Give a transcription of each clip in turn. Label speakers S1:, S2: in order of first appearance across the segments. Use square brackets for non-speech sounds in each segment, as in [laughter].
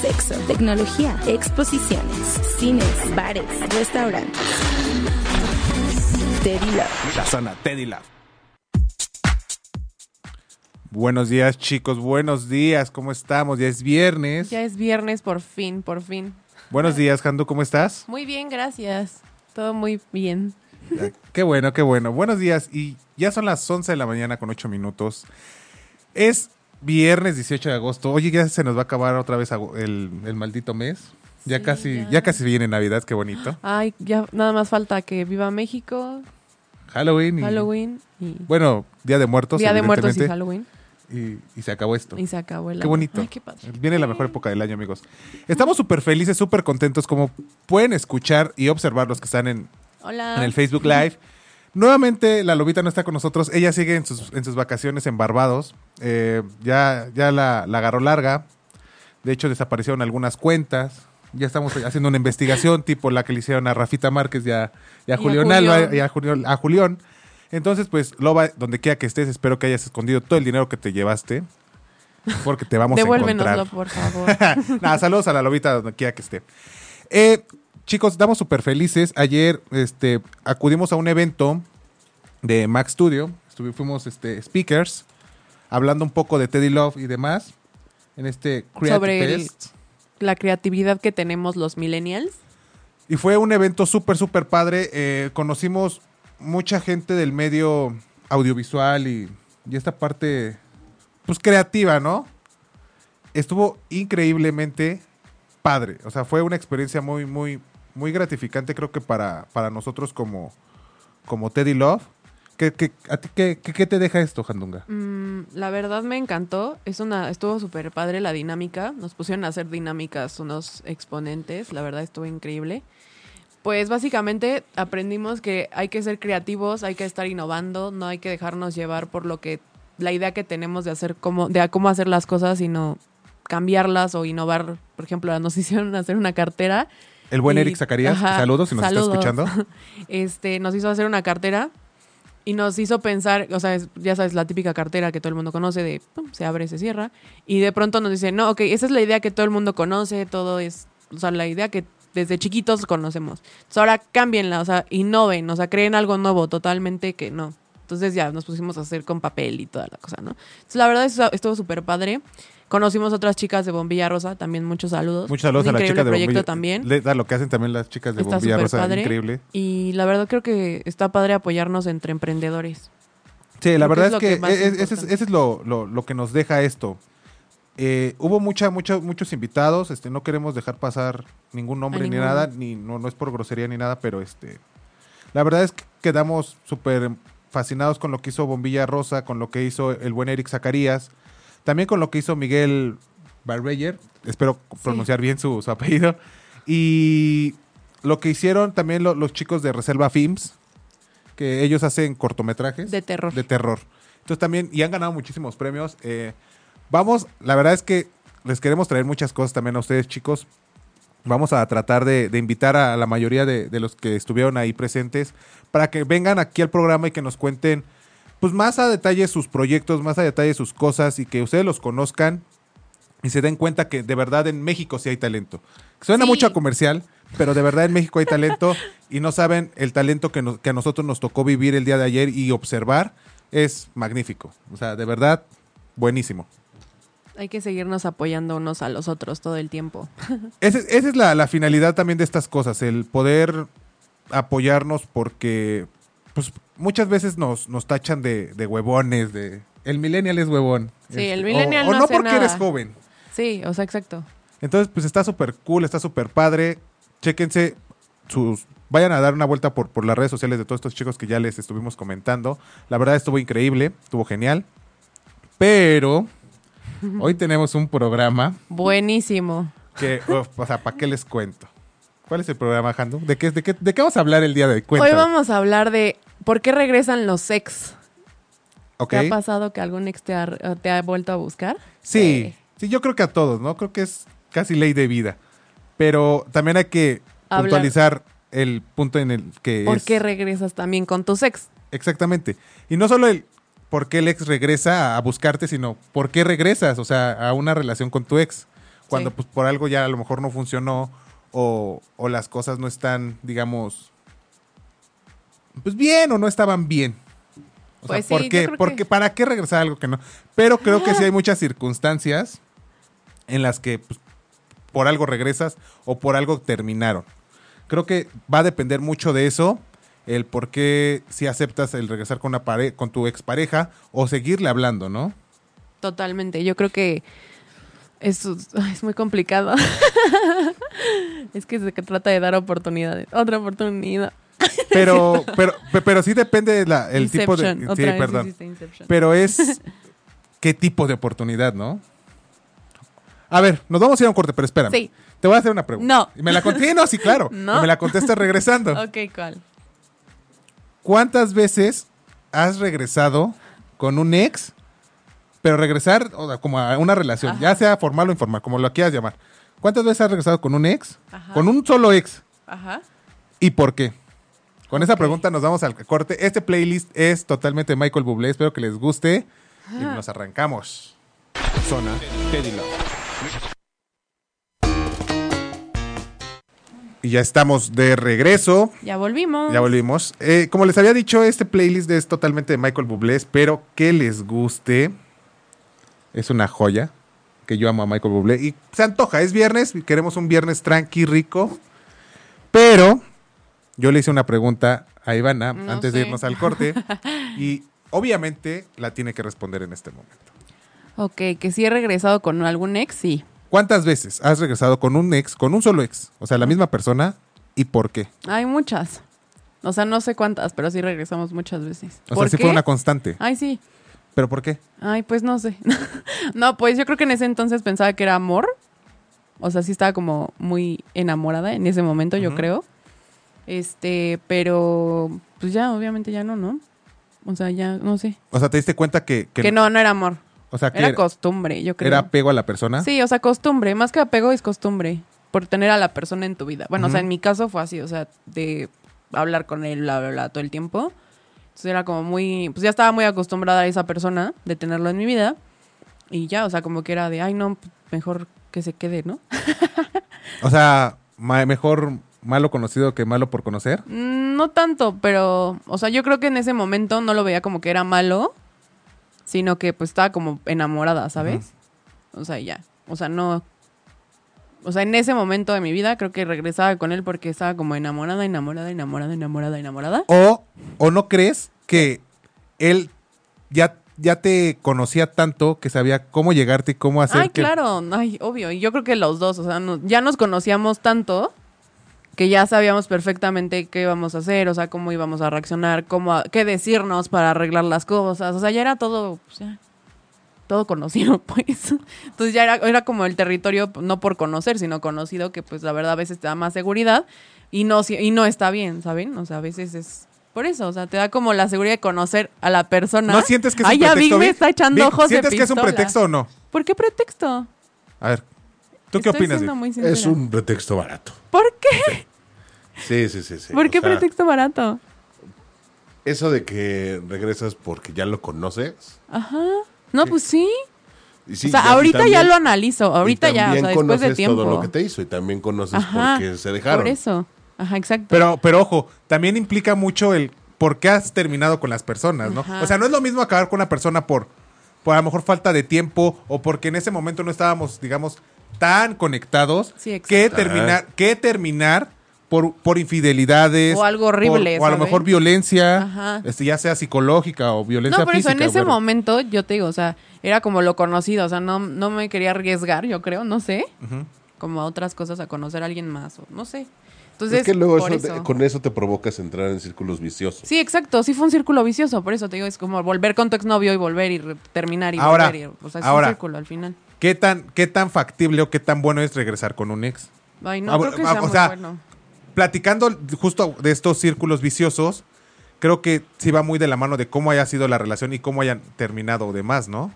S1: Sexo, tecnología, exposiciones, cines, bares, restaurantes. Teddy Love.
S2: La zona Teddy Love. Buenos días, chicos. Buenos días. ¿Cómo estamos? Ya es viernes.
S3: Ya es viernes, por fin, por fin.
S2: Buenos días, Handu. ¿Cómo
S3: [laughs]
S2: estás?
S3: Muy bien, gracias. Todo muy bien.
S2: Qué bueno, qué bueno. Buenos días. Y ya son las 11 de la mañana con 8 minutos. Es viernes 18 de agosto. Oye, ya se nos va a acabar otra vez agu- el, el maldito mes. Ya
S3: Sí,
S2: casi, ya.
S3: ya.
S2: casi viene Navidad, qué bonito.
S3: Ay, ya nada más falta que viva México,
S2: Halloween y
S3: Halloween y
S2: bueno, Día de Muertos.
S3: Día de Muertos y
S2: evidentemente.
S3: Halloween.
S2: y, y se acabó esto.
S3: Y se acabó el
S2: Qué
S3: año.
S2: bonito.
S3: Ay, qué padre.
S2: Viene la mejor época del año, amigos. Estamos súper felices, súper contentos, como pueden escuchar y observar los que están en,
S3: Hola.
S2: en el Facebook Live. Nuevamente, la Lobita no está con nosotros. Ella sigue en sus, en sus vacaciones en Barbados. Eh, ya ya la, la agarró larga. De hecho, desaparecieron algunas cuentas. Ya estamos haciendo una investigación tipo la que le hicieron a Rafita Márquez y a, y a
S3: Y a
S2: Julián
S3: Julián.
S2: Alba y a Julián, a Julián. Entonces, pues, Loba, donde quiera que estés, espero que hayas escondido todo el dinero que te llevaste. Porque te vamos a encontrar.
S3: Devuélvenoslo, por favor.
S2: Nada, saludos a la lobita donde quiera que esté. Eh, chicos, estamos súper felices. Ayer este, acudimos a un evento de Mac Studio. Estuvi- fuimos este, speakers, hablando un poco de Teddy Love y demás. En este [laughs] Creative
S3: Sobre el-
S2: Fest.
S3: la creatividad que tenemos los millennials.
S2: Y fue un evento súper, súper padre. Eh, conocimos mucha gente del medio audiovisual y, y esta parte, pues creativa, ¿no? Estuvo increíblemente padre. O sea, fue una experiencia muy, muy, muy gratificante, creo que para, para nosotros como, como Teddy Love. ¿Qué, qué- a ti qué- qué- qué te deja esto, Jandunga?
S3: Mm, la verdad me encantó. Es una, estuvo súper padre la dinámica. Nos pusieron a hacer dinámicas unos exponentes. La verdad estuvo increíble. Pues básicamente aprendimos que hay que ser creativos, hay que estar innovando, no hay que dejarnos llevar por lo que la idea que tenemos de hacer cómo, de a cómo hacer las cosas, sino cambiarlas o innovar. Por ejemplo, nos [laughs] hicieron hacer una cartera
S2: El buen
S3: y-
S2: Eric Zacarías,
S3: ajá,
S2: saludos si nos
S3: saludos.
S2: está
S3: [laughs]
S2: escuchando.
S3: este, nos hizo hacer una cartera y nos hizo pensar, o sea, es- ya sabes, la típica cartera que todo el mundo conoce de pum, se abre, se cierra. Y de pronto nos dice, no, ok, esa es la idea que todo el mundo conoce, todo es, o sea, la idea que desde chiquitos conocemos. Entonces ahora cámbienla, o sea, innoven, o sea, creen algo nuevo totalmente que no. Entonces ya nos pusimos a hacer con papel y toda la cosa, ¿no? Entonces la verdad eso estuvo súper padre. Conocimos otras chicas de Bombilla Rosa, también muchos saludos.
S2: Muchos saludos
S3: Un
S2: a las
S3: increíble
S2: chicas de
S3: proyecto
S2: Bombilla.
S3: también.
S2: Le- da lo que hacen también las chicas de
S3: Está
S2: Bombilla
S3: súper
S2: Rosa,
S3: padre.
S2: increíble.
S3: Y la verdad creo que está padre apoyarnos entre emprendedores.
S2: Sí, la
S3: Creo que
S2: verdad
S3: es
S2: es
S3: lo
S2: que,
S3: que más
S2: e- e- ese es,
S3: importante.
S2: ese es lo, lo- lo que nos deja esto. Eh, hubo mucha, mucha, muchos invitados, este, no queremos dejar pasar ningún nombre ni
S3: ninguno.
S2: nada, ni no, no es por grosería ni nada, pero este la verdad es que quedamos súper fascinados con lo que hizo Bombilla Rosa, con lo que hizo el buen Eric Zacarías, también con lo que hizo Miguel Barreyer, espero pronunciar bien su, su apellido, y lo que hicieron también lo- los chicos de Reserva Films, que ellos hacen cortometrajes.
S3: De terror.
S2: De terror. Entonces también, y han ganado muchísimos premios. eh, vamos, la verdad es que les queremos traer muchas cosas también a ustedes, chicos. Vamos a tratar de, de invitar a la mayoría de, de los que estuvieron ahí presentes para que vengan aquí al programa y que nos cuenten pues más a detalle sus proyectos, más a detalle sus cosas y que ustedes los conozcan y se den cuenta que de verdad en México sí hay talento. Suena
S3: Sí.
S2: mucho a comercial, pero de verdad en México hay
S3: [laughs]
S2: talento y no saben el talento que, nos- que a nosotros nos tocó vivir el día de ayer y observar es magnífico. O sea, de verdad, buenísimo.
S3: Hay que seguirnos apoyando unos a los otros todo el
S2: [laughs]
S3: tiempo.
S2: Ese- esa es la, la finalidad también de estas cosas, el poder apoyarnos porque pues, muchas veces nos, nos tachan de, de huevones, de... El millennial es huevón.
S3: Sí, el
S2: o-
S3: millennial
S2: o,
S3: no
S2: no
S3: hace
S2: porque
S3: nada.
S2: eres joven.
S3: Sí, o sea, exacto.
S2: Entonces, pues está súper cool, está súper padre. Chéquense sus... Vayan a dar una vuelta por, por las redes sociales de todos estos chicos que ya les estuvimos comentando. La verdad estuvo increíble, estuvo genial.
S3: [laughs]
S2: Pero hoy tenemos un programa
S3: Buenísimo.
S2: Que, uf, o sea, ¿para qué les cuento? ¿Cuál es el programa, Jando? ¿De qué, de qué, de qué vamos a hablar el día de hoy? Cuéntame.
S3: Hoy vamos a hablar de por qué regresan los ex.
S2: Ok.
S3: ¿Te ha pasado que algún ex te ha, eh, te ha vuelto a buscar?
S2: Sí, sí, yo creo que a todos, ¿no? Creo que es casi ley de vida. Pero también hay que
S3: Hablar.
S2: puntualizar el punto en el que
S3: Eh, ¿Por
S2: es.
S3: qué regresas también con tus ex?
S2: Exactamente. Y no solo el por qué el ex regresa a buscarte, sino por qué regresas, o sea, a una relación con tu ex. Cuando
S3: Sí.
S2: pues por algo ya a lo mejor no funcionó o, o las cosas no están, digamos, pues bien o no estaban bien. O
S3: Pues sí,
S2: sea, ¿por
S3: yo
S2: qué?
S3: creo
S2: ¿Por
S3: que- Ah.
S2: qué? ¿Para qué regresar a algo que no? Pero creo que sí hay muchas circunstancias en las que pues, por algo regresas o por algo terminaron. Creo que va a depender mucho de eso, el por qué si aceptas el regresar con, una pare- con tu expareja o seguirle hablando, ¿no?
S3: [laughs] Totalmente. Yo creo que es, es muy complicado. [laughs] es que se trata de dar oportunidades. Otra oportunidad.
S2: Pero, pero, pe- pero sí depende del el tipo de...
S3: Inception.
S2: sí,
S3: Otra vez
S2: perdón.
S3: hiciste Inception.
S2: Pero es [laughs] qué tipo de oportunidad, ¿no? A ver, nos vamos a ir a un corte, pero espérame.
S3: Sí.
S2: Te voy a hacer una pregunta.
S3: No.
S2: Y me la contestas. Sí, no, sí,
S3: [laughs]
S2: claro.
S3: No.
S2: Y me la contestas regresando.
S3: Ok, ¿cuál?
S2: ¿Cuántas veces has regresado con un ex? Pero regresar o sea, como a una relación, ya sea formal o informal, como lo quieras llamar. ¿Cuántas veces has regresado con un ex?
S3: Ajá.
S2: Con un solo ex.
S3: Ajá.
S2: ¿Y por qué? Con esa pregunta nos vamos al corte. Este playlist es totalmente Michael Bublé. Espero que les guste. Y nos arrancamos. Zona Teddy Love. Y ya estamos de regreso.
S3: Ya volvimos.
S2: Ya volvimos. Eh, como les había dicho, este playlist es totalmente de Michael Bublé. Espero que les guste. Es una joya que yo amo a Michael Bublé. Y se antoja, es viernes. y Queremos un viernes tranqui, rico. Pero yo le hice una pregunta a Ivana
S3: No
S2: antes
S3: sé.
S2: de irnos al
S3: [laughs]
S2: corte. y obviamente la tiene que responder en este momento.
S3: Ok, que sí he regresado con algún ex, sí.
S2: ¿Cuántas veces has regresado con un ex, con un solo ex? O sea, la misma persona. ¿Y por qué?
S3: Hay muchas. O sea, no sé cuántas, pero sí regresamos muchas veces.
S2: O sea, sí fue una constante.
S3: Ay, sí.
S2: ¿Pero por qué?
S3: Ay, pues no sé. [laughs] no, pues yo creo que en ese entonces pensaba que era amor. O sea, sí estaba como muy enamorada en ese momento, yo
S2: Ujú.
S3: creo. Este, pero pues ya, obviamente ya no, ¿no? O sea, ya, no sé.
S2: O sea, ¿te diste cuenta que,
S3: Que no, no era amor.
S2: O sea, que
S3: Era costumbre, yo creo.
S2: ¿Era apego a la persona?
S3: Sí, o sea, costumbre. Más que apego es costumbre. Por tener a la persona en tu vida. Bueno, o sea,
S2: Ujú.
S3: en mi caso fue así. O sea, de hablar con él, bla, bla, bla, todo el tiempo. Entonces era como muy... Pues ya estaba muy acostumbrada a esa persona de tenerlo en mi vida. Y ya, o sea, como que era de, ay, no, mejor que se quede, ¿no?
S2: O sea, ma- mejor malo conocido que malo por conocer.
S3: Mm, No tanto, pero... O sea, yo creo que en ese momento no lo veía como que era malo. Sino que pues estaba como enamorada, ¿sabes? O sea, ya. O sea, no. O sea, en ese momento de mi vida creo que regresaba con él porque estaba como enamorada, enamorada, enamorada, enamorada, enamorada.
S2: O, o no crees que él ya, ya te conocía tanto que sabía cómo llegarte y cómo hacer
S3: Ay,
S2: que-
S3: claro, ay, obvio. Y yo creo que los dos, o sea, no- ya nos conocíamos tanto que ya sabíamos perfectamente qué íbamos a hacer, o sea, cómo íbamos a reaccionar, cómo a- qué decirnos para arreglar las cosas. O sea, ya era todo, pues, ya, todo conocido, [laughs] pues. Entonces ya era, era como el territorio, no por conocer, sino conocido, que pues la verdad a veces te da más seguridad y no, si- y no está bien, ¿saben? O sea, a veces es... Por eso, o sea, te da como la seguridad de conocer a la persona.
S2: ¿No sientes que es
S3: Ay,
S2: un
S3: ya
S2: pretexto?
S3: Vic me
S2: Vic?
S3: está echando
S2: Vic,
S3: ojos de
S2: ¿Sientes que es un
S3: pistola.
S2: pretexto o no?
S3: ¿Por qué pretexto?
S2: A ver, ¿tú qué
S3: Estoy
S2: opinas?
S3: siendo
S2: Vic?
S3: muy sincera.
S4: Es un pretexto barato.
S3: ¿Por qué?
S4: Sí, sí, sí. sí.
S3: ¿Por
S4: O
S3: qué
S4: sea,
S3: pretexto barato?
S4: Eso de que regresas porque ya lo conoces.
S3: Ajá. No, pues sí.
S4: Y sí,
S3: o sea,
S4: ya- y
S3: ahorita ya
S4: también-
S3: lo analizo. Ahorita
S4: y
S3: ya, o
S4: también
S3: sea, después de
S4: conoces
S3: tiempo.
S4: todo lo que te hizo y también conoces
S3: Ajá.
S4: por qué se dejaron.
S3: Por eso. Ajá, exacto.
S2: Pero, pero ojo, también implica mucho el por qué has terminado con las personas, ¿no?
S3: Ajá.
S2: O sea, no es lo mismo acabar con una persona por, por a lo mejor falta de tiempo o porque en ese momento no estábamos, digamos, tan conectados
S3: Sí, exacto.
S2: que terminar, que terminar por, por infidelidades.
S3: O algo horrible,
S2: por- o a lo
S3: ¿sabes?
S2: mejor violencia,
S3: Ajá.
S2: este, ya sea psicológica o violencia
S3: no, por eso en
S2: física,
S3: ese
S2: bueno.
S3: momento, yo te digo, o sea, era como lo conocido, o sea, no, no me quería arriesgar, yo creo, no sé, como a otras cosas, a conocer a alguien más, o no sé. Entonces,
S4: es que luego
S3: por
S4: eso te-
S3: eso.
S4: con eso te provocas entrar en círculos viciosos.
S3: Sí, exacto, sí fue un círculo vicioso, por eso te digo, es como volver con tu exnovio y volver y re- terminar y
S2: Ahora,
S3: volver, y, o sea, es
S2: ahora.
S3: un círculo al final.
S2: ¿Qué tan, ¿Qué tan factible o qué tan bueno es regresar con un ex?
S3: Ay, no
S2: Ah,
S3: creo
S2: bueno,
S3: que
S2: ah,
S3: sea
S2: o
S3: muy
S2: sea,
S3: bueno.
S2: Platicando justo de estos círculos viciosos, creo que sí va muy de la mano de cómo haya sido la relación y cómo hayan terminado o demás, ¿no?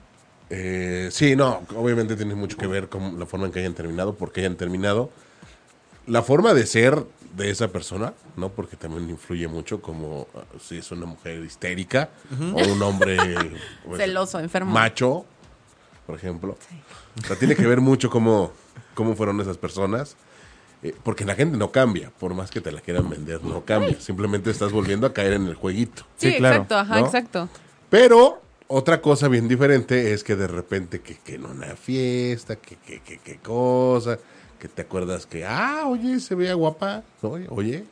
S4: Eh, sí, no, obviamente tiene mucho que ver con la forma en que hayan terminado, por qué hayan terminado. La forma de ser de esa persona, ¿no? Porque también influye mucho como ah, si es una mujer histérica o un hombre...
S3: [laughs]
S4: pues,
S3: Celoso, enfermo.
S4: Macho, por ejemplo. O sea, tiene que ver mucho cómo, cómo fueron esas personas. eh, porque la gente no cambia, por más que te la quieran vender, no cambia. Simplemente estás volviendo a caer en el jueguito.
S3: Sí,
S2: Sí, claro,
S3: exacto, ajá,
S4: ¿no?
S3: exacto.
S4: Pero otra cosa bien diferente es que de repente que, que en una fiesta, que, que, que, que cosa, que te acuerdas que, ah, oye, se veía guapa, ¿no? oye,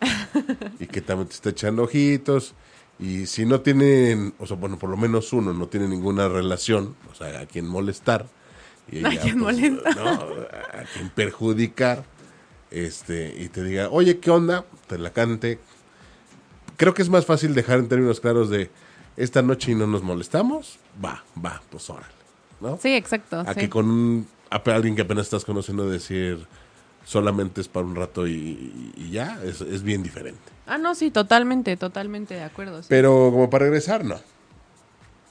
S4: y que también te está echando ojitos. Y si no tienen, o sea, bueno, por lo menos uno no tiene ninguna relación, o sea, a quien molestar. Y
S3: [laughs]
S4: pues,
S3: A quien molestar.
S4: no, a quien perjudicar. Este, y te diga, oye, ¿qué onda? Te la cante, creo que es más fácil dejar en términos claros de esta noche y no nos molestamos, va, va, pues órale, ¿no?
S3: Sí, exacto.
S4: A
S3: sí.
S4: que con un- a pe- alguien que apenas estás conociendo decir solamente es para un rato y, y- y ya, es, es bien diferente.
S3: Ah, no, sí, totalmente, totalmente de acuerdo. sí.
S4: Pero como para regresar, no.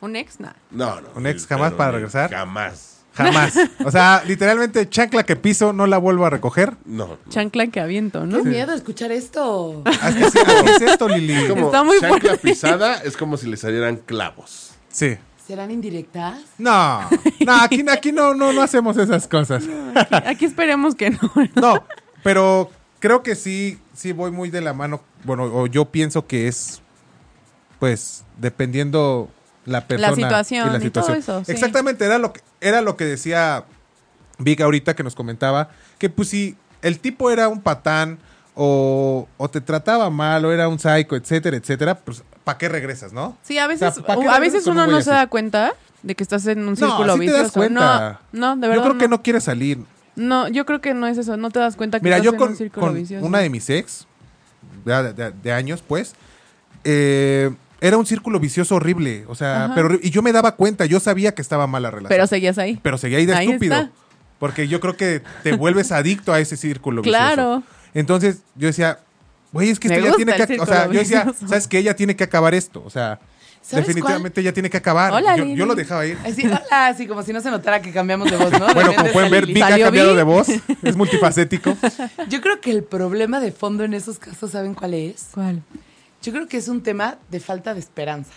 S3: Un ex, nada.
S4: No, no.
S2: ¿Un ex
S4: el-
S2: jamás
S4: pero
S2: para
S4: el-
S2: regresar?
S4: Jamás.
S2: Jamás. O sea, literalmente, chancla que piso, no la vuelvo a recoger.
S3: [laughs]
S4: No.
S3: Chancla que aviento,
S2: [laughs]
S5: Qué
S3: ¿no?
S5: miedo escuchar esto.
S2: Así, así es esto,
S4: Es
S2: Lili.
S4: como
S3: Está muy
S4: chancla
S3: fuerte.
S4: pisada, es como si le salieran clavos.
S2: Sí.
S5: ¿Serán indirectas?
S2: No, no, aquí, aquí no, no, no hacemos esas cosas.
S3: Aquí esperemos que no.
S2: No, pero creo que sí, sí voy muy de la mano. Bueno, o yo pienso que es, pues, dependiendo la persona
S3: situación y todo eso, sí.
S2: Exactamente, era lo que, era lo que decía Vic ahorita que nos comentaba, que pues si el tipo era un patán o, o te trataba mal o era un psycho, etcétera, etcétera, pues ¿para qué regresas, no?
S3: Sí, a veces,
S2: O sea, ¿pa' qué
S3: a
S2: regresas
S3: veces
S2: con un
S3: uno
S2: güey
S3: no se
S2: así?
S3: da cuenta de que estás en un círculo
S2: no, sí te das
S3: vicioso.
S2: cuenta.
S3: No, no, de verdad.
S2: Yo creo que no quiere salir.
S3: No, yo creo que no es eso. No te das cuenta que
S2: Mira,
S3: estás
S2: yo
S3: en
S2: con,
S3: un círculo
S2: con
S3: vicioso.
S2: una de mis ex, ya de, de- de años, pues, eh, era un círculo vicioso horrible. O sea,
S3: Ajá.
S2: pero horri- y yo me daba cuenta, yo sabía que estaba mal la relación.
S3: Pero seguías ahí.
S2: Pero seguía ahí de
S3: Ahí
S2: estúpido.
S3: está.
S2: Porque yo creo que te vuelves adicto a ese círculo
S3: Claro.
S2: vicioso. Entonces, yo decía, güey, es que
S3: Me
S2: esto ya
S3: gusta
S2: tiene
S3: el
S2: que. ac- O sea,
S3: círculo
S2: yo decía,
S3: vicioso.
S2: ¿sabes que Ella tiene que acabar esto. O sea,
S5: ¿Sabes
S2: definitivamente ya tiene que acabar.
S3: Hola,
S2: yo,
S3: Lili.
S2: yo lo dejaba ir.
S5: Así, hola, así como si no se notara que cambiamos de voz, ¿no? De
S2: Bueno,
S5: repente
S2: como pueden ver,
S5: salí.
S2: Vic ha
S3: ¿Salió
S2: cambiado
S3: Vic?
S2: de voz. Es
S3: [laughs]
S2: multifacético.
S5: [laughs] Yo creo que el problema de fondo en esos casos, ¿saben cuál es?
S3: [laughs] ¿Cuál?
S5: Yo creo que es un tema de falta de esperanza.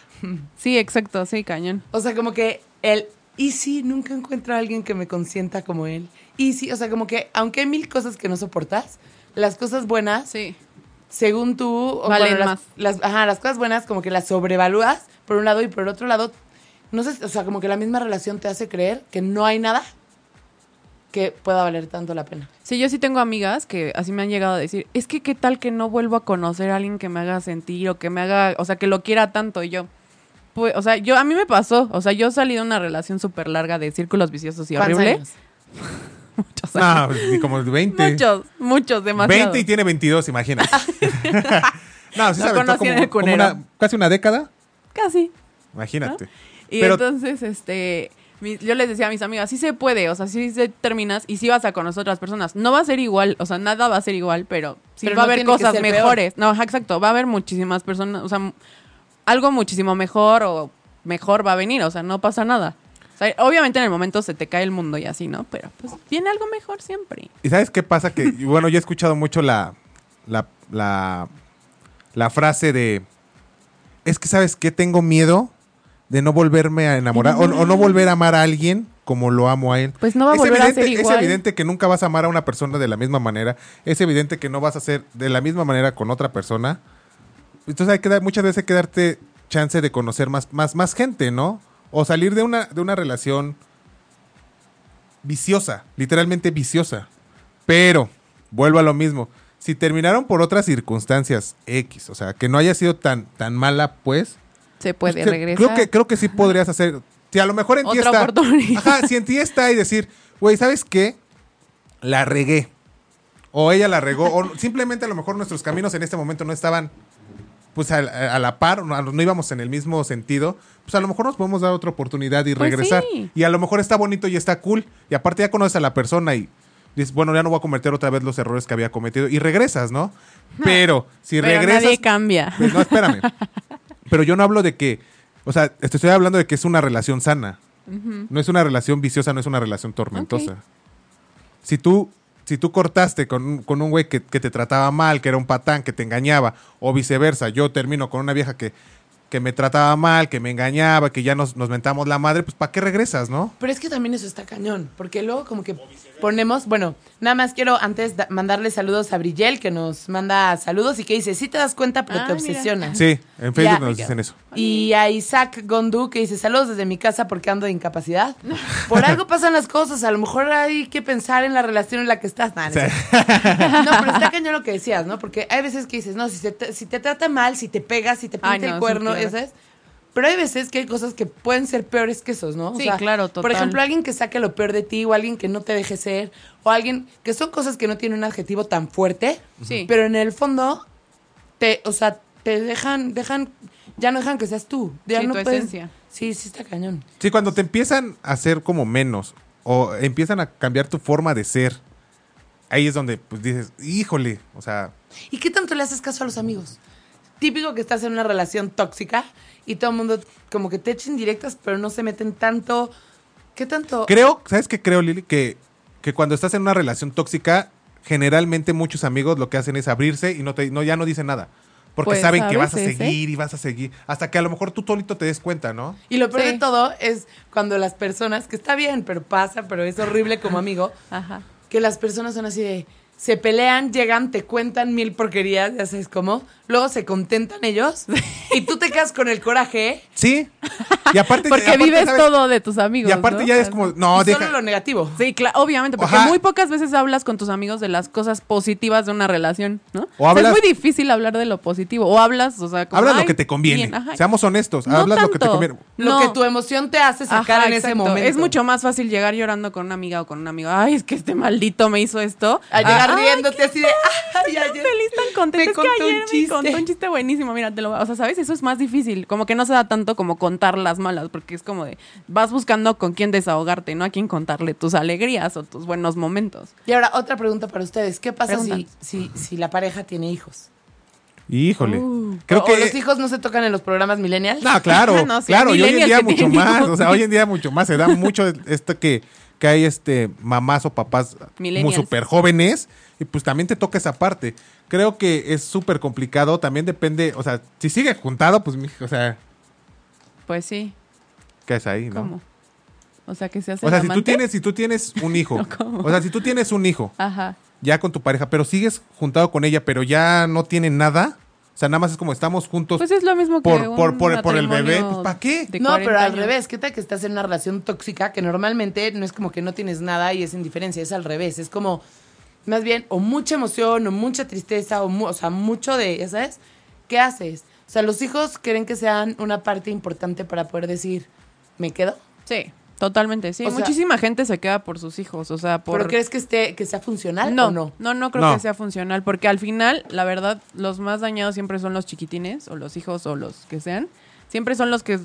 S3: Sí, exacto, sí, cañón.
S5: O sea, como que el y si nunca encuentro a alguien que me consienta como él. Y si, o sea, como que aunque hay mil cosas que no soportas, las cosas buenas,
S3: Sí.
S5: según tú, o
S3: Valen
S5: las-
S3: más.
S5: Las, ajá, las cosas buenas como que las sobrevalúas por un lado y por el otro lado, no sé, o sea, como que la misma relación te hace creer que no hay nada que pueda valer tanto la pena.
S3: Sí, yo sí tengo amigas que así me han llegado a decir, es que qué tal que no vuelvo a conocer a alguien que me haga sentir o que me haga, o sea, que lo quiera tanto y yo. Pues, o sea, yo a mí me pasó, o sea, yo salí de una relación súper larga de círculos viciosos y
S5: ¿Cuántos
S3: horrible. [laughs]
S5: años? Ah,
S3: Muchos
S2: No,
S3: años.
S2: pues, ni como 20.
S3: Muchos, muchos, demasiados.
S2: 20 y tiene 22,
S3: [laughs]
S2: imaginas. [laughs] no, sí
S3: Lo
S2: se aventó
S3: conocí
S2: como,
S3: en el
S2: como
S3: cunero.
S2: una- casi una década,
S3: Casi.
S2: imagínate.
S3: Y
S2: Pero
S3: entonces, este, mi- yo les decía a mis amigas, sí se puede, o sea, sí se terminas y sí vas a conocer otras personas. No va a ser igual, o sea, nada va a ser igual, pero sí
S5: Pero
S3: va
S5: no
S3: a haber
S5: tiene que
S3: cosas
S5: ser peor.
S3: mejores. No, ajá, exacto, va a haber muchísimas personas, o sea, m- algo muchísimo mejor o mejor va a venir, o sea, no pasa nada. O sea, obviamente en el momento se te cae el mundo y así, ¿no? Pero pues viene algo mejor siempre.
S2: ¿Y sabes qué pasa?
S3: [laughs]
S2: Que, y bueno, yo he escuchado mucho la, la, la, la frase de, es que sabes que tengo miedo de no volverme a enamorar o, o no volver a amar a alguien como lo amo a él.
S3: Pues no va a
S2: Es
S3: volver a
S2: evidente-
S3: ser igual.
S2: Es evidente que nunca vas a amar a una persona de la misma manera. Es evidente que no vas a ser de la misma manera con otra persona. Entonces hay que dar, muchas veces hay que darte chance de conocer más, más, más gente, ¿no? O salir de una, de una relación viciosa, literalmente viciosa. Pero, vuelvo a lo mismo. Si terminaron por otras circunstancias X, o sea, que no haya sido tan, tan mala, pues.
S3: Se puede
S2: pues, cre-
S3: regresar.
S2: Creo que, creo que sí podrías hacer. Si a lo mejor en ti
S3: Otra
S2: está.
S3: oportunidad.
S2: Ajá, si en ti está y decir, güey, ¿sabes qué? La regué. O ella la regó. O simplemente a lo mejor nuestros caminos en este momento no estaban. pues al- a, a la par, no, no íbamos en el mismo sentido, pues a lo mejor nos podemos dar otra oportunidad y
S3: Pues
S2: regresar.
S3: sí.
S2: Y a lo mejor está bonito y está cool. Y aparte ya conoces a la persona y dices, bueno, ya no voy a cometer otra vez los errores que había cometido. Y regresas, ¿no? Pero si
S3: Pero
S2: regresas...
S3: nadie cambia.
S2: Pues, no, espérame. Pero yo no hablo de que, o sea, te estoy hablando de que es una relación sana. No es una relación viciosa, no es una relación tormentosa.
S3: Ok.
S2: Si tú si tú cortaste con, un- con un güey que, que te trataba mal, que era un patán, que te engañaba, o viceversa, yo termino con una vieja que, que me trataba mal, que me engañaba, que ya nos, nos mentamos la madre, pues ¿para qué regresas, no?
S5: Pero es que también eso está cañón, porque luego como que ponemos, bueno, nada más quiero antes da- mandarle saludos a Brigel, que nos manda saludos y que dice, si te das cuenta porque
S3: Ah,
S5: te
S3: mira.
S5: obsesionas.
S2: Sí, en Facebook
S5: Ya.
S2: nos dicen eso.
S5: Y a Isaac Gondú, que dice, saludos desde mi casa porque ando de incapacidad. Por algo pasan las cosas, a lo mejor hay que pensar en la relación en la que estás. Nah, no, es cierto. No, pero está cañón lo que decías, ¿no? Porque hay veces que dices, no, si te, te- si te trata mal, si te pegas, si te pinta
S3: Ay, no,
S5: el
S3: sí,
S5: cuerno,
S3: claro.
S5: esas. Pero hay veces que hay cosas que pueden ser peores que esos, ¿no?
S3: Sí, claro,
S5: Por
S3: total.
S5: ejemplo, alguien que saque lo peor de ti, o alguien que no te deje ser, o alguien que son cosas que no tienen un adjetivo tan fuerte,
S3: Sí.
S5: pero en el fondo te, o sea, te dejan, dejan, ya no dejan que seas tú. Ya
S3: Sí,
S5: no
S3: tu
S5: puedes-
S3: esencia.
S5: Sí, sí está cañón.
S2: Sí, cuando te empiezan a hacer como menos o empiezan a cambiar tu forma de ser, ahí es donde pues dices, híjole, o sea,
S5: ¿Y qué tanto le haces caso a los amigos? Típico que estás en una relación tóxica y todo el mundo como que te echen directas, pero no se meten tanto. ¿Qué tanto?
S2: creo, ¿sabes qué creo, Lili? Que, que cuando estás en una relación tóxica, generalmente muchos amigos lo que hacen es abrirse y no te, no, ya no dicen nada. Porque
S3: Pues,
S2: saben
S3: a
S2: que vas a
S3: veces, ¿eh?
S2: seguir y vas a seguir. Hasta que a lo mejor tú solito te des cuenta, ¿no?
S5: Y lo peor
S3: Sí.
S5: de todo es cuando las personas, que está bien, pero pasa, pero es horrible como amigo,
S3: Ajá.
S5: que las personas son así de, se pelean, llegan, te cuentan mil porquerías, ya sabes cómo, luego se contentan ellos y tú te quedas con el coraje
S2: Sí.
S3: [laughs]
S2: Y aparte.
S3: Porque
S2: aparte,
S3: vives
S2: ¿sabes?
S3: todo de tus amigos.
S2: Y aparte
S3: ¿no?
S2: ya
S3: O
S2: es
S3: sea,
S2: como. No,
S5: y
S2: deja.
S5: solo lo negativo.
S3: Sí, claro, obviamente, porque
S2: Ajá.
S3: muy pocas veces hablas con tus amigos de las cosas positivas de una relación, ¿no?
S2: O
S3: sea,
S2: hablas-
S3: es muy difícil hablar de lo positivo. O hablas, o sea, como,
S2: Habla lo
S3: "Ay,
S2: que te conviene.
S3: bien, ajá".
S2: Seamos honestos.
S3: No
S2: habla lo que te
S3: tanto.
S2: conviene.
S5: Lo
S3: No.
S5: que tu emoción te hace sacar
S3: Ajá,
S5: en ese
S3: exacto.
S5: momento.
S3: Es mucho más fácil llegar llorando con una amiga o con un amigo. Ay, es que este maldito me hizo esto.
S5: A llegar
S3: Ah, ay,
S5: riéndote así de, ay,
S3: tan
S5: ayer
S3: feliz, tan contenta.
S5: me
S3: Es que
S5: contó un
S3: ayer me
S5: chiste".
S3: contó un chiste buenísimo. Mira, te lo O sea, ¿sabes? Eso es más difícil. Como que no se da tanto como contar las malas, porque es como de. Vas buscando con quién desahogarte, no a quién contarle tus alegrías o tus buenos momentos.
S5: Y ahora, otra pregunta para ustedes. ¿Qué pasa si,
S3: Preguntan.
S5: si, si la pareja tiene hijos?
S2: Híjole.
S3: Uh.
S2: Creo
S5: ¿O
S2: que.
S5: los hijos no se tocan en los programas
S3: [laughs]
S5: millennials?
S2: No,
S5: [laughs]
S2: claro,
S3: No, sí,
S2: claro, y hoy en
S3: millennial
S2: día
S3: que
S2: mucho
S3: tiene
S2: más,
S3: hijos.
S2: o sea, hoy en día mucho más, se da
S3: [laughs]
S2: mucho esto que, que hay este mamás o papás muy
S3: Millennials.
S2: súper jóvenes, y pues también te toca esa parte. Creo que es súper complicado, también depende, o sea, si sigue juntado, pues, mijo, o sea,
S3: Pues sí.
S2: ¿qué es ahí, no?
S3: ¿Cómo? O sea, que se hace
S2: O sea,
S3: el
S2: si tú
S3: amante.
S2: tienes, si tú tienes un
S3: [laughs]
S2: hijo,
S3: ¿cómo?
S2: o sea, si tú tienes un hijo,
S3: Ajá.
S2: ya con tu pareja, pero sigues juntado con ella, pero ya no tienen nada, o sea, nada más es como estamos juntos.
S3: Pues es lo mismo que
S2: Por-
S3: un
S2: por- por- por el bebé,
S3: matrimonio
S2: ¿para qué?
S3: de
S5: No,
S3: 40
S5: pero al
S3: años.
S5: revés. ¿Qué tal que estás en una relación tóxica que normalmente no es como que no tienes nada y es indiferencia? Es al revés. Es como, más bien, o mucha emoción, o mucha tristeza, o, mu- o sea, mucho de, ya sabes, ¿qué haces? O sea, los hijos creen que sean una parte importante para poder decir, ¿me quedo?
S3: Sí, totalmente, sí.
S5: O sea-
S3: Muchísima gente se queda por sus hijos, o sea, por...
S5: ¿Pero crees que, esté, que sea funcional
S3: no,
S5: o no?
S3: no, no creo
S2: No.
S3: que sea funcional, porque al final, la verdad, los más dañados siempre son los chiquitines, o los hijos, o los que sean. Siempre son los que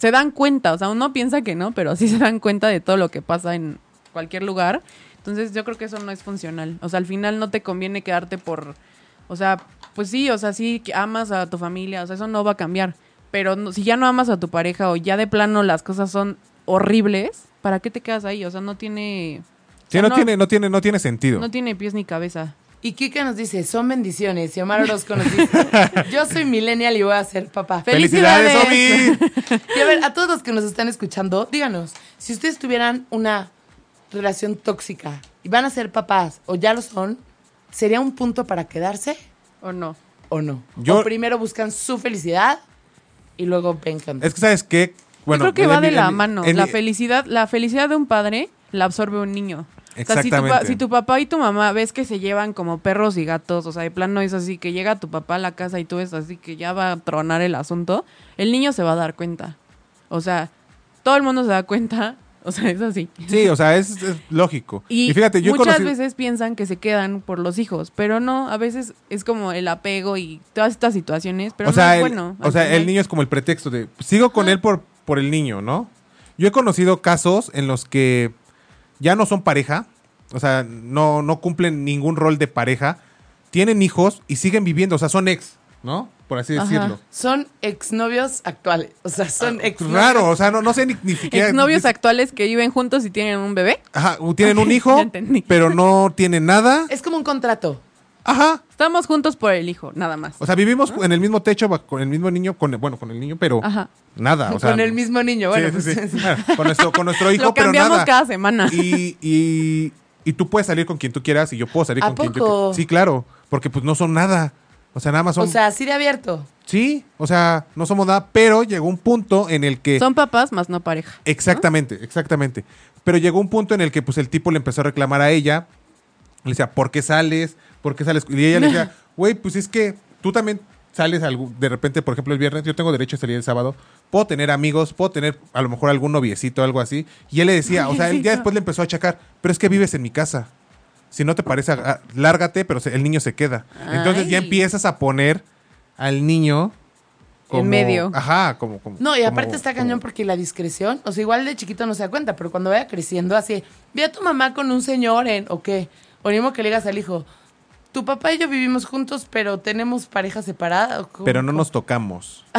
S3: se dan cuenta, o sea, uno piensa que no, pero sí [laughs] se dan cuenta de todo lo que pasa en cualquier lugar. Entonces yo creo que eso no es funcional. O sea, al final no te conviene quedarte por... O sea, pues sí, o sea, sí que amas a tu familia, o sea, eso no va a cambiar. Pero no- si ya no amas a tu pareja o ya de plano las cosas son horribles, ¿para qué te quedas ahí? O sea, no tiene... o
S2: Sí,
S3: sea,
S2: no, tiene, no tiene, no tiene sentido.
S3: no tiene pies ni cabeza.
S5: Y Kika nos dice, son bendiciones. Y Omar Orozco nos
S2: [laughs]
S5: dice, yo soy millennial y voy a ser papá.
S2: ¡Felicidades,
S3: ¡Felicidades!
S2: Omi!
S5: [laughs] Y a ver, a todos los que nos están escuchando, díganos, si ustedes tuvieran una relación tóxica y van a ser papás o ya lo son, ¿sería un punto para quedarse
S3: ¿O no?
S5: o no?
S2: Yo-
S5: o primero buscan su felicidad y luego ven con-
S2: Es que, ¿sabes qué?
S3: Yo creo que va
S2: en-
S3: de la
S2: en-
S3: mano.
S2: en-
S3: la felicidad, la felicidad de un padre la absorbe un niño. O sea, si tu, pa-
S2: Exactamente.
S3: si tu papá y tu mamá ves que se llevan como perros y gatos, o sea, de plano es así que llega tu papá a la casa y tú ves así que ya va a tronar el asunto, el niño se va a dar cuenta. [laughs] O sea, todo el mundo se da cuenta. O sea, es así.
S2: Sí, o sea, es, es lógico.
S3: Y,
S2: Y, fíjate, yo he
S3: muchas
S2: conocido-
S3: veces piensan que se quedan por los hijos, pero no, a veces es como el apego y todas estas situaciones, pero
S2: o sea,
S3: no
S2: el,
S3: es bueno.
S2: o
S3: al
S2: sea, el
S3: final.
S2: niño es como el pretexto de sigo con él por, por el niño, ¿no? Yo he conocido casos en los que ya no son pareja, o sea, no, no cumplen ningún rol de pareja, tienen hijos y siguen viviendo, o sea, son ex, ¿no? Por así
S3: Ajá.
S2: decirlo.
S5: Son exnovios actuales. O sea, son ex
S2: Ah, Raro, o sea, no, no sé ni, ni siquiera.
S3: Exnovios
S2: ni-
S3: actuales que viven juntos y tienen un bebé.
S2: Ajá, tienen un
S3: [laughs] Ya
S2: hijo,
S3: entendí.
S2: pero no tienen nada.
S5: Es como un contrato.
S2: Ajá.
S3: Estamos juntos por el hijo, nada más.
S2: O sea, vivimos en el mismo techo va- con el mismo niño, con el- bueno, con el niño, pero
S3: Ajá.
S2: nada. Ah, O sea,
S5: con el mismo niño. Bueno,
S2: Sí, sí,
S5: pues, [laughs]
S2: sí. Ah, Bueno, con, nuestro, con nuestro hijo,
S3: Lo
S2: pero
S3: cambiamos
S2: nada.
S3: cada semana.
S2: Y, y, y tú puedes salir con quien tú quieras y yo puedo salir
S5: ¿A
S2: con quien yo
S5: poco?
S2: quiera. Sí, claro, porque pues no son nada. O sea, nada más son...
S5: O sea, así de abierto.
S2: sí, o sea, no somos nada, pero llegó un punto en el que...
S3: Son papás más no pareja.
S2: Exactamente, exactamente. Pero llegó un punto en el que pues el tipo le empezó a reclamar a ella. Le decía, ¿por qué sales? ¿Por qué sales? Y ella le
S5: [laughs]
S2: decía, güey, pues es que tú también sales algú- de repente, por ejemplo, el viernes, yo tengo derecho a salir el sábado, puedo tener amigos, puedo tener a lo mejor algún noviecito, algo así. Y él le decía, o sea,
S5: [laughs]
S2: él ya después le empezó a achacar, pero es que vives en mi casa. Si no te parece, ah, lárgate, pero se- el niño se queda. Entonces ya
S3: Ay.
S2: empiezas a poner al niño como-
S3: medio.
S2: Ajá, como... como
S5: No, y
S2: como-
S5: aparte está
S2: como-
S5: cañón porque la discreción, o sea, igual de chiquito no se da cuenta, pero cuando vaya creciendo así, ve a tu mamá con un señor en, o qué, o ni modo que le digas al hijo, tu papá y yo vivimos juntos, pero tenemos pareja separada. ¿o cómo?
S2: Pero no nos tocamos.
S3: [laughs]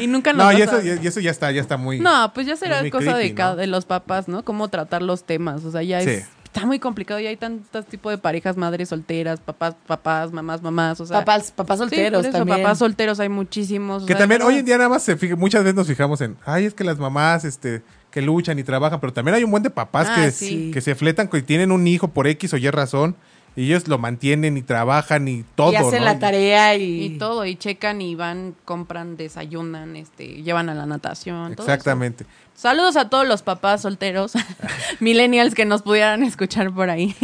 S3: Y nunca nos
S2: No,
S3: vas
S2: y
S3: a-
S2: eso, y eso ya está, ya está muy.
S3: No, pues ya será
S2: muy
S3: cosa
S2: creepy,
S3: de,
S2: ¿no?
S3: cada, de los papás, ¿no? Cómo tratar los temas. O sea, ya es.
S2: Sí.
S3: Está muy complicado. Ya hay tantos tipos de parejas, madres solteras, papás, papás, mamás, mamás. O sea,
S5: papás, papás
S3: Sí, por
S5: solteros
S3: eso,
S5: también.
S3: Papás solteros hay muchísimos. o
S2: Que
S3: sea,
S2: también
S3: ¿verdad?
S2: hoy en día nada más se fija, muchas veces nos fijamos en, ay, es que las mamás, este, que luchan y trabajan, pero también hay un buen de papás
S3: Ah,
S2: que,
S3: sí.
S2: que se fletan y tienen un hijo por X o Y razón, y ellos lo mantienen y trabajan y todo.
S5: y hacen
S2: ¿no?
S5: la tarea y...
S3: Y todo, y checan y van, compran, desayunan, este, llevan a la natación. todo eso.
S2: Exactamente.
S3: Saludos a todos los papás solteros, [laughs] millennials que nos pudieran escuchar por ahí.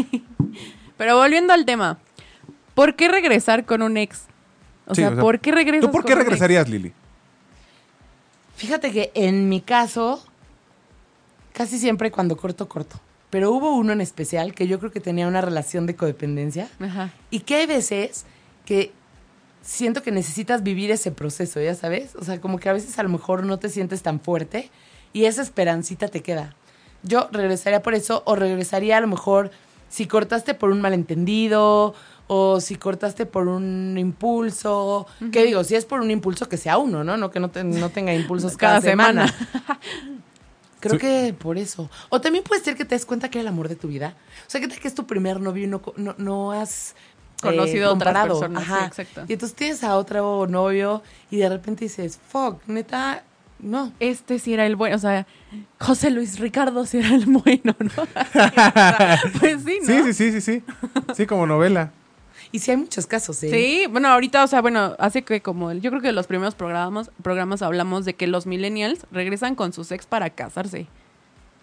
S3: [laughs] Pero volviendo al tema, ¿por qué regresar con un ex? O,
S2: Sí,
S3: sea,
S2: o sea,
S3: ¿por qué regresas
S2: ¿Tú por qué
S3: con un ex?
S2: regresarías, Lili?
S5: Fíjate que en mi caso, casi siempre cuando corto, corto. Pero hubo uno en especial que yo creo que tenía una relación de codependencia.
S3: Ajá.
S5: Y que hay veces que siento que necesitas vivir ese proceso, ya sabes. O sea, como que a veces a lo mejor no te sientes tan fuerte y esa esperancita te queda. Yo regresaría por eso o regresaría a lo mejor si cortaste por un malentendido o si cortaste por un impulso. ¿Qué digo? Si es por un impulso que sea uno, ¿no? No que no, te- no tenga impulsos cada,
S3: Cada semana.
S5: semana. Creo que por eso. O también puede ser que te des cuenta que era el amor de tu vida. O sea, que tal que es tu primer novio y no, co- no, no has
S3: Conocido a otras
S5: comparado.
S3: personas, sí, exacto.
S5: Y entonces tienes a otro novio y de repente dices, fuck, neta, no.
S3: Este sí era el bueno, o sea, José Luis Ricardo sí era el [laughs] bueno, ¿no? O sea, [laughs] pues sí, ¿no?
S2: Sí, sí, sí, sí, sí. Sí, como novela.
S5: Y sí hay muchos casos, ¿eh?
S3: Sí, bueno, ahorita, o sea, bueno, hace que como el- yo creo que los primeros programas, programas hablamos de que los millennials regresan con sus ex para casarse.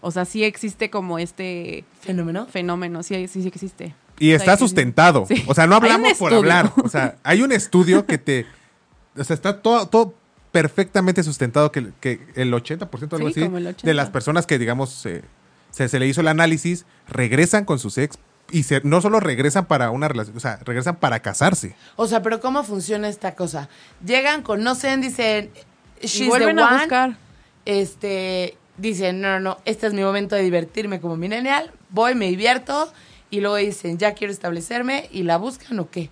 S3: O sea, sí existe como este
S5: Fenómeno.
S3: fenómeno, sí, sí, sí existe.
S2: Y
S3: O sea,
S2: está
S3: sí, sí.
S2: sustentado.
S3: Sí.
S2: O sea, no
S3: Hay un
S2: hablamos por
S3: estudio.
S2: hablar. O sea, hay un estudio que te. [laughs] O sea, está todo, todo perfectamente sustentado que, que el 80% algo
S3: Sí,
S2: así
S3: como el 80.
S2: de las personas que, digamos, se, se, se le hizo el análisis, regresan con sus ex y se- no solo regresan para una relación, o sea, regresan para casarse.
S5: O sea, pero ¿cómo funciona esta cosa? Llegan, conocen, dicen,
S3: Y
S5: she's
S3: vuelven
S5: the
S3: a
S5: one.
S3: buscar.
S5: Este, dicen, no, no, no, este es mi momento de divertirme como millennial. Voy, me divierto. Y luego dicen, ya quiero establecerme. ¿Y la buscan o qué?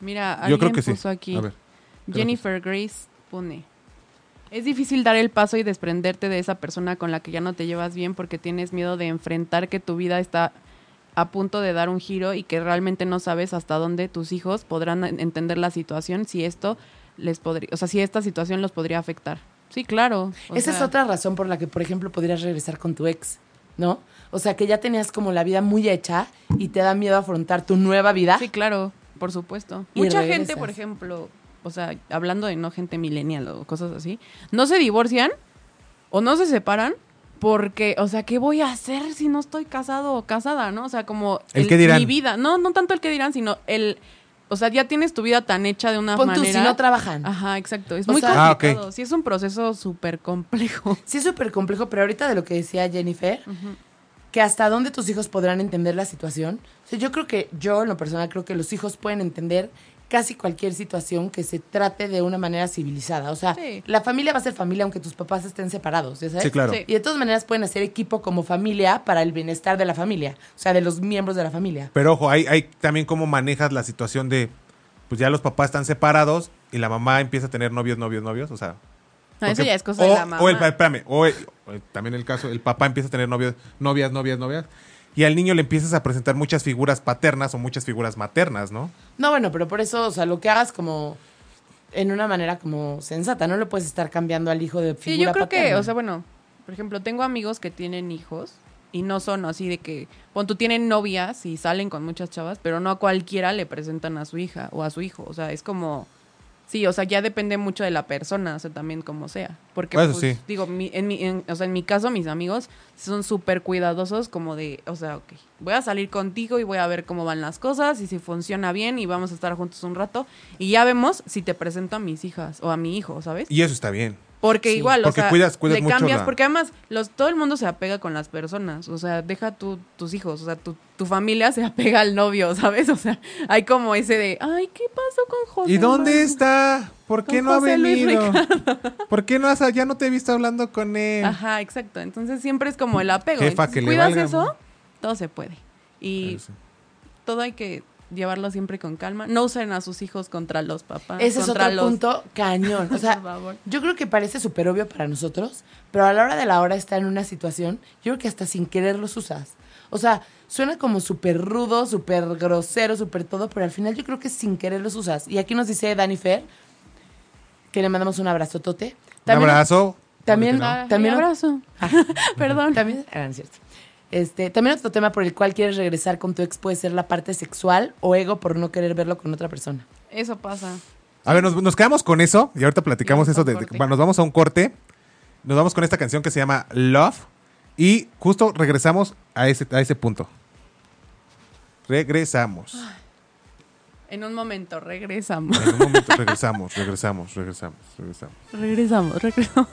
S3: Mira, alguien
S2: Yo creo que sí.
S3: puso aquí.
S2: A ver, creo
S3: Jennifer Grace pone. Es difícil dar el paso y desprenderte de esa persona con la que ya no te llevas bien porque tienes miedo de enfrentar que tu vida está a punto de dar un giro y que realmente no sabes hasta dónde tus hijos podrán en- entender la situación si esto les podría, o sea, si esta situación los podría afectar. Sí, claro. o
S5: Esa es
S3: sea,
S5: otra razón por la que, por ejemplo, podrías regresar con tu ex, ¿no? O sea, que ya tenías como la vida muy hecha y te da miedo afrontar tu nueva vida.
S3: Sí, claro, por supuesto.
S5: ¿Ah? Y
S3: Mucha
S5: regresas.
S3: gente, por ejemplo, o sea, hablando de no gente millennial o cosas así, no se divorcian o no se separan porque, o sea, ¿qué voy a hacer si no estoy casado o casada, no? O sea, como
S2: El qué dirán.
S3: mi vida. No, no tanto el que dirán, sino el... O O sea, ya tienes tu vida tan hecha de una
S5: Pon tú,
S3: manera.
S5: si no trabajan.
S3: Ajá, exacto. Es
S5: O
S3: muy
S5: sea-
S2: Ah, ok.
S3: complicado. Sí, es un proceso súper [laughs] complejo.
S5: Sí, es súper complejo, pero ahorita de lo que decía Jennifer, que hasta dónde tus hijos podrán entender la situación. O sea, yo creo que, yo en lo personal creo que los hijos pueden entender casi cualquier situación que se trate de una manera civilizada. O sea,
S3: Sí.
S5: la familia va a ser familia aunque tus papás estén separados, ¿ya sabes?
S2: Sí, claro.
S3: Sí.
S5: Y de todas maneras pueden hacer equipo como familia para el bienestar de la familia, o sea, de los miembros de la familia.
S2: Pero ojo, hay, hay también cómo manejas la situación de, pues ya los papás están separados y la mamá empieza a tener novios, novios, novios, o sea...
S3: No, eso
S2: porque-
S3: ya es cosa
S2: o,
S3: de la mamá.
S2: O el, pa- espérame, o el- o el- también el caso, el papá empieza a tener novios, novias, novias, novias, y al niño le empiezas a presentar muchas figuras paternas o muchas figuras maternas, ¿no?
S5: No, bueno, pero por eso, o sea, lo que hagas como en una manera como sensata, no lo puedes estar cambiando al hijo de figura
S3: Sí, yo creo que,
S5: paterna.
S3: o sea, bueno, por ejemplo, tengo amigos que tienen hijos y no son así de que, pon tú tienen novias y salen con muchas chavas, pero no a cualquiera le presentan a su hija o a su hijo. O sea, es como, sí, o sea, ya depende mucho de la persona, o sea, también como sea. Porque,
S2: Bueno,
S3: pues,
S2: sí.
S3: digo, mi- en mi, en- o sea, en mi caso, mis amigos son súper cuidadosos como de, o sea, ok, voy a salir contigo y voy a ver cómo van las cosas y si funciona bien y vamos a estar juntos un rato y ya vemos si te presento a mis hijas o a mi hijo, ¿sabes?
S2: Y eso está bien.
S3: Porque
S5: Sí.
S3: igual,
S2: Porque
S3: o sea,
S2: cuidas- cuidas
S3: le
S2: mucho
S3: cambias,
S2: la-
S3: porque además los, todo el mundo se apega con las personas, o sea, deja tú- tus hijos, o sea, tu, tu familia se [laughs] apega al novio, ¿sabes? O sea, hay como ese de, ay, ¿qué pasó con José?
S2: ¿Y dónde
S3: Manuel?"
S2: está? ¿Por qué
S3: Con
S2: no ha
S3: José Luis
S2: venido? ¿Por qué no has, ya no te he visto hablando con él?
S3: Ajá, exacto, entonces siempre es como el apego.
S2: Jefa,
S3: Entonces,
S2: que le
S3: cuidas
S2: valga, ¿no?
S3: eso, todo se puede. Y todo hay que llevarlo siempre con calma, no usen a sus hijos contra los papás.
S5: Ese es
S3: contra
S5: otro
S3: los-
S5: punto cañón.
S3: [laughs]
S5: O sea,
S3: Ah, Por favor.
S5: yo creo que parece súper obvio para nosotros, pero a la hora de la hora está en una situación, yo creo que hasta sin querer los usas. O sea, suena como súper rudo, súper grosero, súper todo, pero al final yo creo que sin querer los usas. Y aquí nos dice Dani Fer, que le mandamos un abrazo tote.
S2: Un abrazo.
S5: También,
S2: Porque
S3: Ay,
S5: también,
S3: abrazo. [laughs] Perdón.
S5: También, ah, no es cierto. Este, también otro tema por el cual quieres regresar con tu ex puede ser la parte sexual o ego por no querer verlo con otra persona.
S3: Eso pasa.
S2: A ver, nos, nos quedamos con eso y ahorita platicamos
S3: Vamos
S2: eso.
S3: a un
S2: De, de-
S3: corte.
S2: bueno, nos vamos a un corte. Nos vamos con esta canción que se llama Love. Y justo regresamos a ese, a ese punto. Regresamos.
S3: En un momento, regresamos. [laughs]
S2: En un momento regresamos, regresamos, regresamos, regresamos.
S3: Regresamos, regresamos.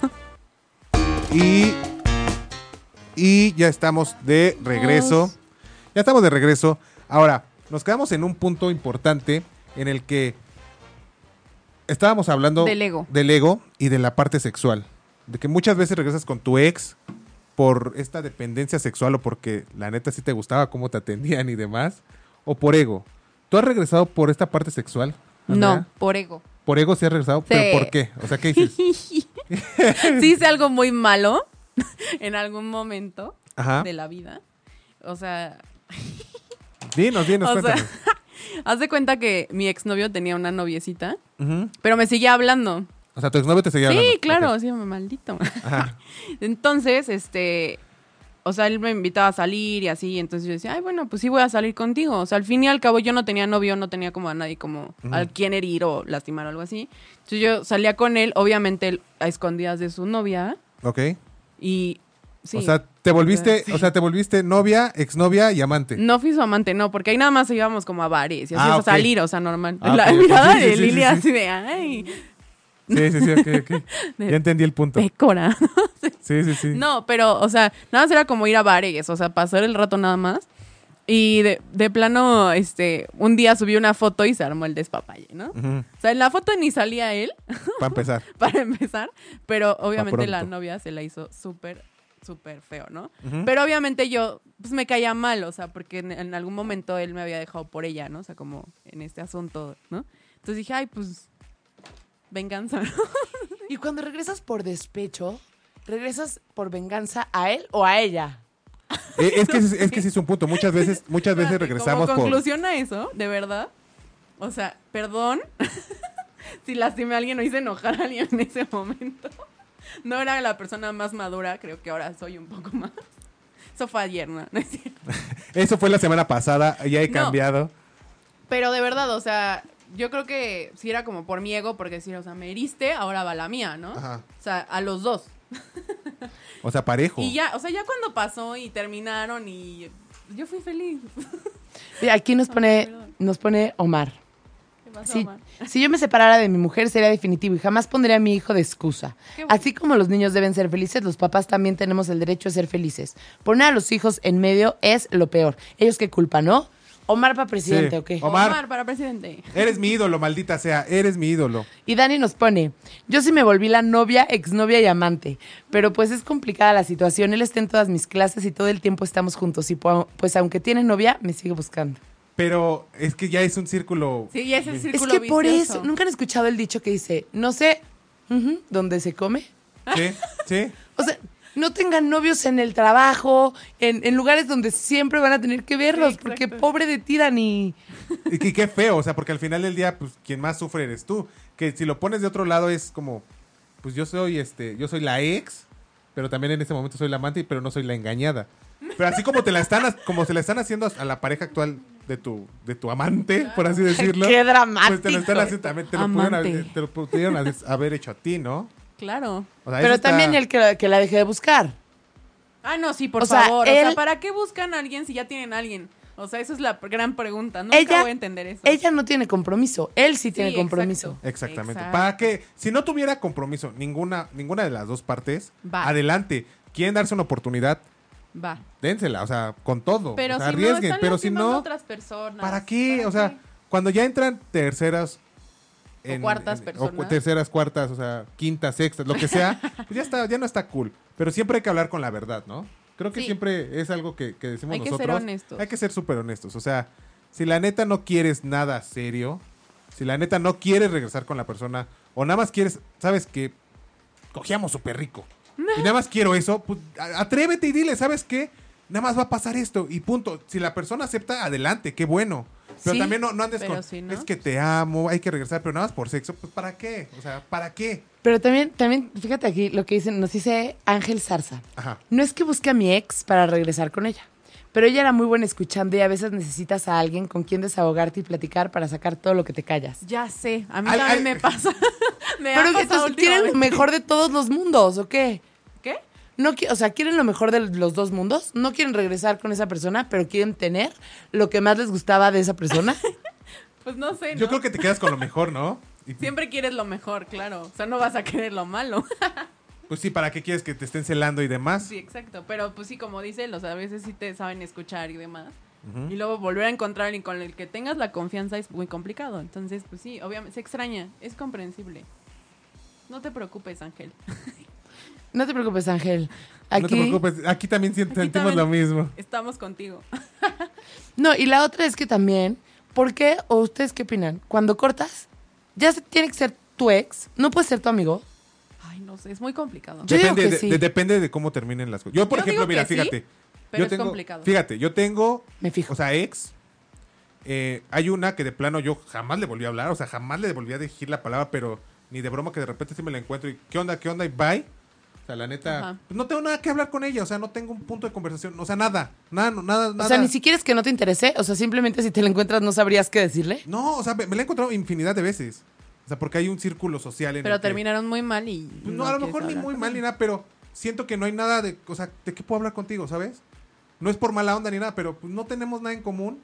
S2: Y, y ya estamos de regreso. Ya estamos de regreso. Ahora, nos quedamos en un punto importante en el que estábamos hablando
S3: Del ego.
S2: del ego y de la parte sexual. De que muchas veces regresas con tu ex por esta dependencia sexual o porque la neta sí te gustaba cómo te atendían y demás. O por ego. ¿Tú has regresado por esta parte sexual?
S3: No,
S2: Andrea?
S3: por ego. [clears throat]
S2: ¿Por ego sí has regresado? ¿Pero por qué? O sea, ¿qué
S3: [laughs]
S2: dices?
S3: sí hice algo muy malo [laughs] en algún momento
S2: Ajá.
S3: de la vida. O sea,
S2: Dinos, dinos,
S3: o sea,
S2: cuéntanos.
S3: haz de cuenta que mi exnovio tenía una noviecita,
S2: Ujú.
S3: pero me seguía hablando.
S2: O sea, tu exnovio te seguía hablando.
S3: Sí, claro,
S2: Ok.
S3: sí, maldito.
S2: Ajá.
S3: [laughs] Entonces, este, o sea, él me invitaba a salir y así, entonces yo decía, ay, bueno, pues sí voy a salir contigo. O sea, al fin y al cabo yo no tenía novio, no tenía como a nadie como al quien herir o lastimar o algo así. Entonces yo salía con él, obviamente él a escondidas de su novia
S2: Ok.
S3: y... Sí.
S2: O sea, te volviste,
S3: Sí. Mm.
S2: o sea, te volviste novia, exnovia y amante.
S3: No fui su amante, no, porque ahí nada más íbamos como a bares y así,
S2: Ah,
S3: o sea,
S2: ok.
S3: salir, o sea, normal.
S2: Ah,
S3: la
S2: ok, ok.
S3: mirada
S2: Sí, sí,
S3: de
S2: sí, sí,
S3: Lili
S2: sí.
S3: así de, ay,
S2: Sí, sí, sí, ok, ok.
S3: [laughs] De-
S2: Ya entendí el punto.
S3: pecora.
S2: Sí, sí, sí.
S3: [laughs] No, pero, o sea, nada más era como ir a bares, o sea, pasar el rato nada más. Y de, de plano, este, un día subí una foto y se armó el despapalle, ¿no?
S2: Ujú,
S3: O sea, en la foto ni salía él,
S2: Para
S3: [laughs]
S2: empezar.
S3: para empezar, pero obviamente la
S2: pronto.
S3: novia se la hizo súper, súper feo, ¿no? Pero obviamente yo, pues me caía mal, o sea, porque en, en algún momento él me había dejado por ella, ¿no? O sea, como en este asunto, ¿no? Entonces dije, ay, pues, venganza, [laughs] ¿no?
S5: Y cuando regresas por despecho, ¿regresas por venganza a él o a ella?
S2: Eh, es, que, es que sí es un punto. Muchas veces, muchas veces
S3: Espérate,
S2: regresamos
S3: [laughs] Como
S2: por.
S3: conclusión a eso, de verdad. O sea, perdón [laughs] si lastimé a alguien o hice enojar a alguien en ese momento. No era la persona más madura, creo que ahora soy un poco más. Eso fue ayer, ¿no? [laughs] No es cierto.
S2: Eso fue la semana pasada, ya he
S3: No.
S2: cambiado.
S3: Pero de verdad, o sea, yo creo que si era como por mi ego, porque si, o sea, me heriste, ahora va la mía, ¿no?
S2: Ajá.
S3: O sea, a los dos.
S2: O sea, parejo.
S3: Y ya, o sea, ya cuando pasó y terminaron y yo fui feliz.
S5: Y aquí nos pone, nos pone Omar.
S3: pasó,
S5: Si,
S3: Omar?
S5: si yo me separara de mi mujer sería definitivo y jamás pondría a mi hijo de excusa.
S3: Qué bueno.
S5: Así como los niños deben ser felices, los papás también tenemos el derecho a ser felices. Poner a los hijos en medio es lo peor. Ellos que culpan, ¿no? Omar para presidente,
S2: Sí.
S5: ¿o qué?
S2: Omar.
S3: para presidente.
S2: Eres mi ídolo, maldita sea. Eres mi ídolo.
S5: Y Dani nos pone, yo sí me volví la novia, exnovia y amante, pero pues es complicada la situación, él está en todas mis clases y todo el tiempo estamos juntos y po- pues aunque tiene novia, me sigue buscando.
S2: Pero es que ya es un círculo.
S3: Sí, y es el
S5: Es
S3: círculo
S5: que por
S3: vicioso.
S5: eso, ¿nunca han escuchado el dicho que dice, no sé ujú, dónde se come?
S2: Sí, sí.
S5: O sea, no tengan novios en el trabajo, en, en lugares donde siempre van a tener que verlos,
S3: Sí, exacto.
S5: porque pobre de ti, Dani.
S2: Y que- qué feo, o sea, porque al final del día, pues, quien más sufre eres tú. Que si lo pones de otro lado es como, pues yo soy este, yo soy la ex, pero también en este momento soy la amante, pero no soy la engañada. Pero así como te la están, como se la están haciendo a la pareja actual de tu, de tu amante, por así decirlo.
S5: Qué dramático.
S2: Pues te lo están haciendo también, te lo, pudieron, haber- te lo pudieron haber- haber hecho a ti, ¿no?
S3: Claro.
S2: O sea, eso
S5: Pero
S2: está-
S5: también el que, que la deje de buscar.
S3: Ah, no, sí, por
S5: O sea,
S3: favor. O sea,
S5: él-
S3: ¿para qué buscan a alguien si ya tienen a alguien? O sea, esa es la gran pregunta. Nunca voy a entender eso.
S5: Ella no tiene compromiso, él sí,
S3: Sí,
S5: tiene
S3: exacto.
S5: compromiso.
S2: Exactamente.
S3: Exacto.
S2: Para que, si no tuviera compromiso ninguna, ninguna de las dos partes,
S3: Va.
S2: adelante. Quieren darse una oportunidad,
S3: Va.
S2: dénsela, o sea, con todo.
S3: Pero
S2: o sea,
S3: si
S2: arriesguen,
S3: no, están
S2: pero si
S3: lastimando a
S2: no,
S3: otras personas.
S2: ¿para qué? o sea, cuando ya entran terceras
S3: cuartas
S2: o
S3: personas.
S2: cu- terceras, cuartas, o sea, quintas, sextas, lo que
S3: [laughs]
S2: sea, pues ya está, ya no está cool. Pero siempre hay que hablar con la verdad, ¿no? Creo que
S3: Sí.
S2: siempre es algo que, que decimos
S3: Hay que ser
S2: nosotros.
S3: honestos.
S2: Hay que ser súper honestos. O sea, si la neta no quieres nada serio, si la neta no quieres regresar con la persona, o nada más quieres, sabes que cogíamos súper rico. Y nada más quiero eso, pues, a- atrévete y dile, ¿sabes qué? Nada más va a pasar esto y punto. Si la persona acepta, adelante, qué bueno. Pero
S5: Sí,
S2: también no, no andes
S3: pero
S2: con,
S3: si no.
S2: es que te amo, hay que regresar, pero nada más por sexo, pues ¿para qué? O sea, ¿para qué?
S5: Pero también, también, fíjate aquí lo que dicen, nos dice Ángel Zarza.
S2: Ajá.
S5: No es que busque a mi ex para regresar con ella, pero ella era muy buena escuchando y a veces necesitas a alguien con quien desahogarte y platicar para sacar todo lo que te callas.
S3: Ya sé, a mí
S2: Ay,
S3: también
S2: ay.
S3: me pasa. [laughs] me ha
S5: Pero
S3: pasado
S5: entonces quieren lo
S3: últimamente.
S5: mejor de todos los mundos, ¿o qué?
S3: ¿Qué?
S5: No, qui- o sea, quieren lo mejor de los dos mundos, no quieren regresar con esa persona, pero quieren tener lo que más les gustaba de esa persona.
S3: Pues no sé,
S2: Yo
S3: ¿no?
S2: creo que te quedas con lo mejor, ¿no? Y,
S3: Siempre quieres lo mejor, claro. O sea, no vas a querer lo malo. [laughs]
S2: Pues sí, ¿para qué quieres que te estén celando y demás?
S3: sí, exacto. Pero pues sí, como dice él, o sea, a veces sí te saben escuchar y demás. Y luego volver a encontrar a alguien con el que tengas la confianza es muy complicado. Entonces, pues sí, obviamente, se extraña, es comprensible. No te preocupes, Ángel. [laughs]
S5: No te preocupes, Ángel.
S2: No
S5: Aquí...
S2: te preocupes, aquí también sien-
S3: Aquí
S2: sentimos
S3: también.
S2: lo mismo.
S3: Estamos contigo. [laughs]
S5: No, y la otra es que también, ¿por qué o ustedes qué opinan? Cuando cortas, ya se- tiene que ser tu ex, no puede ser tu amigo.
S3: Ay, no sé, es muy complicado.
S5: Yo
S2: depende,
S5: digo que
S2: de,
S5: sí.
S2: de- depende de cómo terminen las cosas. Yo, por
S3: Yo
S2: ejemplo,
S3: digo
S2: mira,
S3: que sí,
S2: fíjate.
S3: pero
S2: yo
S3: es
S2: tengo,
S3: complicado.
S2: Fíjate, yo tengo.
S5: Me fijo.
S2: O sea, ex. eh, hay una que de plano yo jamás le volví a hablar, o sea, jamás le volví a dirigir la palabra, pero ni de broma que de repente sí me la encuentro y ¿qué onda, qué onda? Y bye. O sea, la neta,
S3: Ajá.
S2: pues, no tengo nada que hablar con ella, o sea, no tengo un punto de conversación, o sea, nada, nada, no, nada, nada.
S5: O sea, ni siquiera es que no te interese, o sea, simplemente si te lo encuentras no sabrías qué decirle.
S2: No, o sea, me, me la he encontrado infinidad de veces. O sea, porque hay un círculo social en
S3: Pero
S2: el que-
S3: terminaron muy mal y. [laughs]
S2: Pues no, a lo
S3: quieres
S2: mejor ni
S3: hablar
S2: muy
S3: con
S2: mal
S3: él.
S2: ni nada, pero siento que no hay nada de, o sea, ¿de qué puedo hablar contigo, sabes? No es por mala onda ni nada, pero pues, no tenemos nada en común.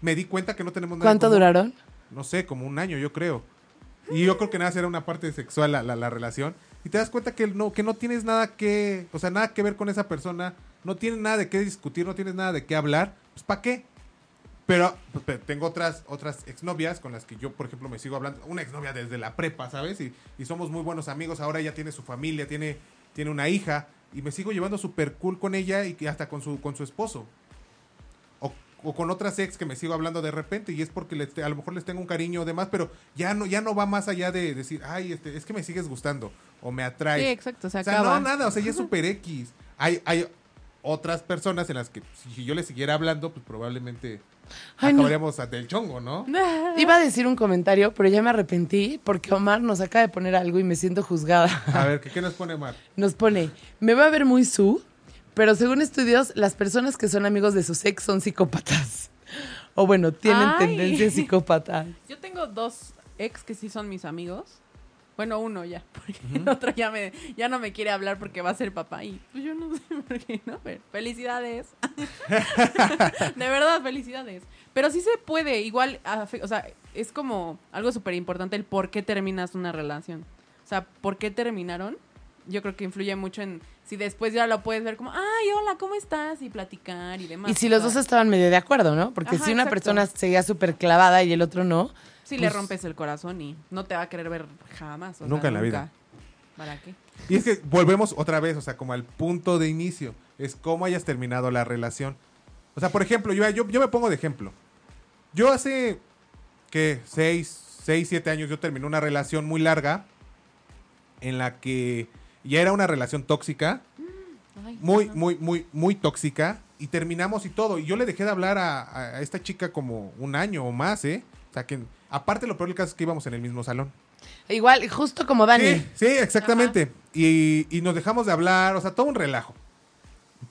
S2: Me di cuenta que no tenemos nada en
S5: ¿Cuánto
S2: común.
S5: duraron?
S2: No sé, como un año, yo creo. Y yo creo que nada será una parte sexual la, la- la relación. Y te das cuenta que no, que no tienes nada que, o sea, nada que ver con esa persona. No tienes nada de qué discutir, no tienes nada de qué hablar. Pues, ¿para qué? Pero, pues, pe- tengo otras, otras exnovias con las que yo, por ejemplo, me sigo hablando. Una exnovia desde la prepa, ¿sabes? Y, y somos muy buenos amigos. Ahora ella tiene su familia, tiene, tiene una hija. Y me sigo llevando súper cool con ella y que hasta con su, con su esposo. O, o con otras ex que me sigo hablando de repente. Y es porque les te- a lo mejor les tengo un cariño o demás. Pero ya no, ya no va más allá de decir, ay, este, es que me sigues gustando. O me atraes.
S3: Sí, exacto, se
S2: O sea,
S3: acaba.
S2: no, nada, o sea, ya es super X. Hay, hay otras personas en las que si yo le siguiera hablando, pues probablemente
S5: Ay, no.
S2: acabaríamos hasta el chongo, ¿no?
S5: Iba a decir un comentario, pero ya me arrepentí porque Omar nos acaba de poner algo y me siento juzgada. [laughs]
S2: A ver, ¿qué, qué nos pone Mar?
S5: Nos pone, me va a ver muy su, pero según estudios, las personas que son amigos de su ex son psicópatas. [laughs] O bueno, tienen
S3: Ay.
S5: tendencias psicópatas.
S3: Yo tengo dos ex que sí son mis amigos. Bueno, uno ya, [laughs] porque el otro ya, me, ya no me quiere hablar porque va a ser papá. Y pues yo no [laughs] sé por qué, ¿no? Pero felicidades. [laughs] de verdad, felicidades. Pero sí se puede, igual, afe- o sea, es como algo súper importante el por qué terminas una relación. O sea, por qué terminaron. Yo creo que influye mucho en si después ya lo puedes ver como, ay, hola, ¿cómo estás? Y platicar y demás.
S5: Y si
S3: o
S5: los
S3: sea,
S5: dos estaban medio de acuerdo, ¿no? Porque
S3: Ajá,
S5: si una
S3: exacto.
S5: persona seguía súper clavada y el otro no.
S3: Si
S5: pues-
S3: le rompes el corazón y no te va a querer ver jamás. o sea,
S2: Nunca en la vida.
S3: ¿Para qué?
S2: Y es que volvemos otra vez, o sea, como al punto de inicio, es cómo hayas terminado la relación. O sea, por ejemplo, yo, yo, yo me pongo de ejemplo. Yo hace, que 6, 6, 7 años yo terminé una relación muy larga en la que ya era una relación tóxica,
S3: Ay,
S2: muy,
S3: no.
S2: muy, muy, muy tóxica y terminamos y todo. Y yo le dejé de hablar a, a- a esta chica como un año o más, ¿eh? O sea, que aparte lo peor del caso es que íbamos en el mismo salón.
S5: Igual, justo como Dani.
S2: Sí, sí, exactamente. Y, y nos dejamos de hablar, o sea, todo un relajo.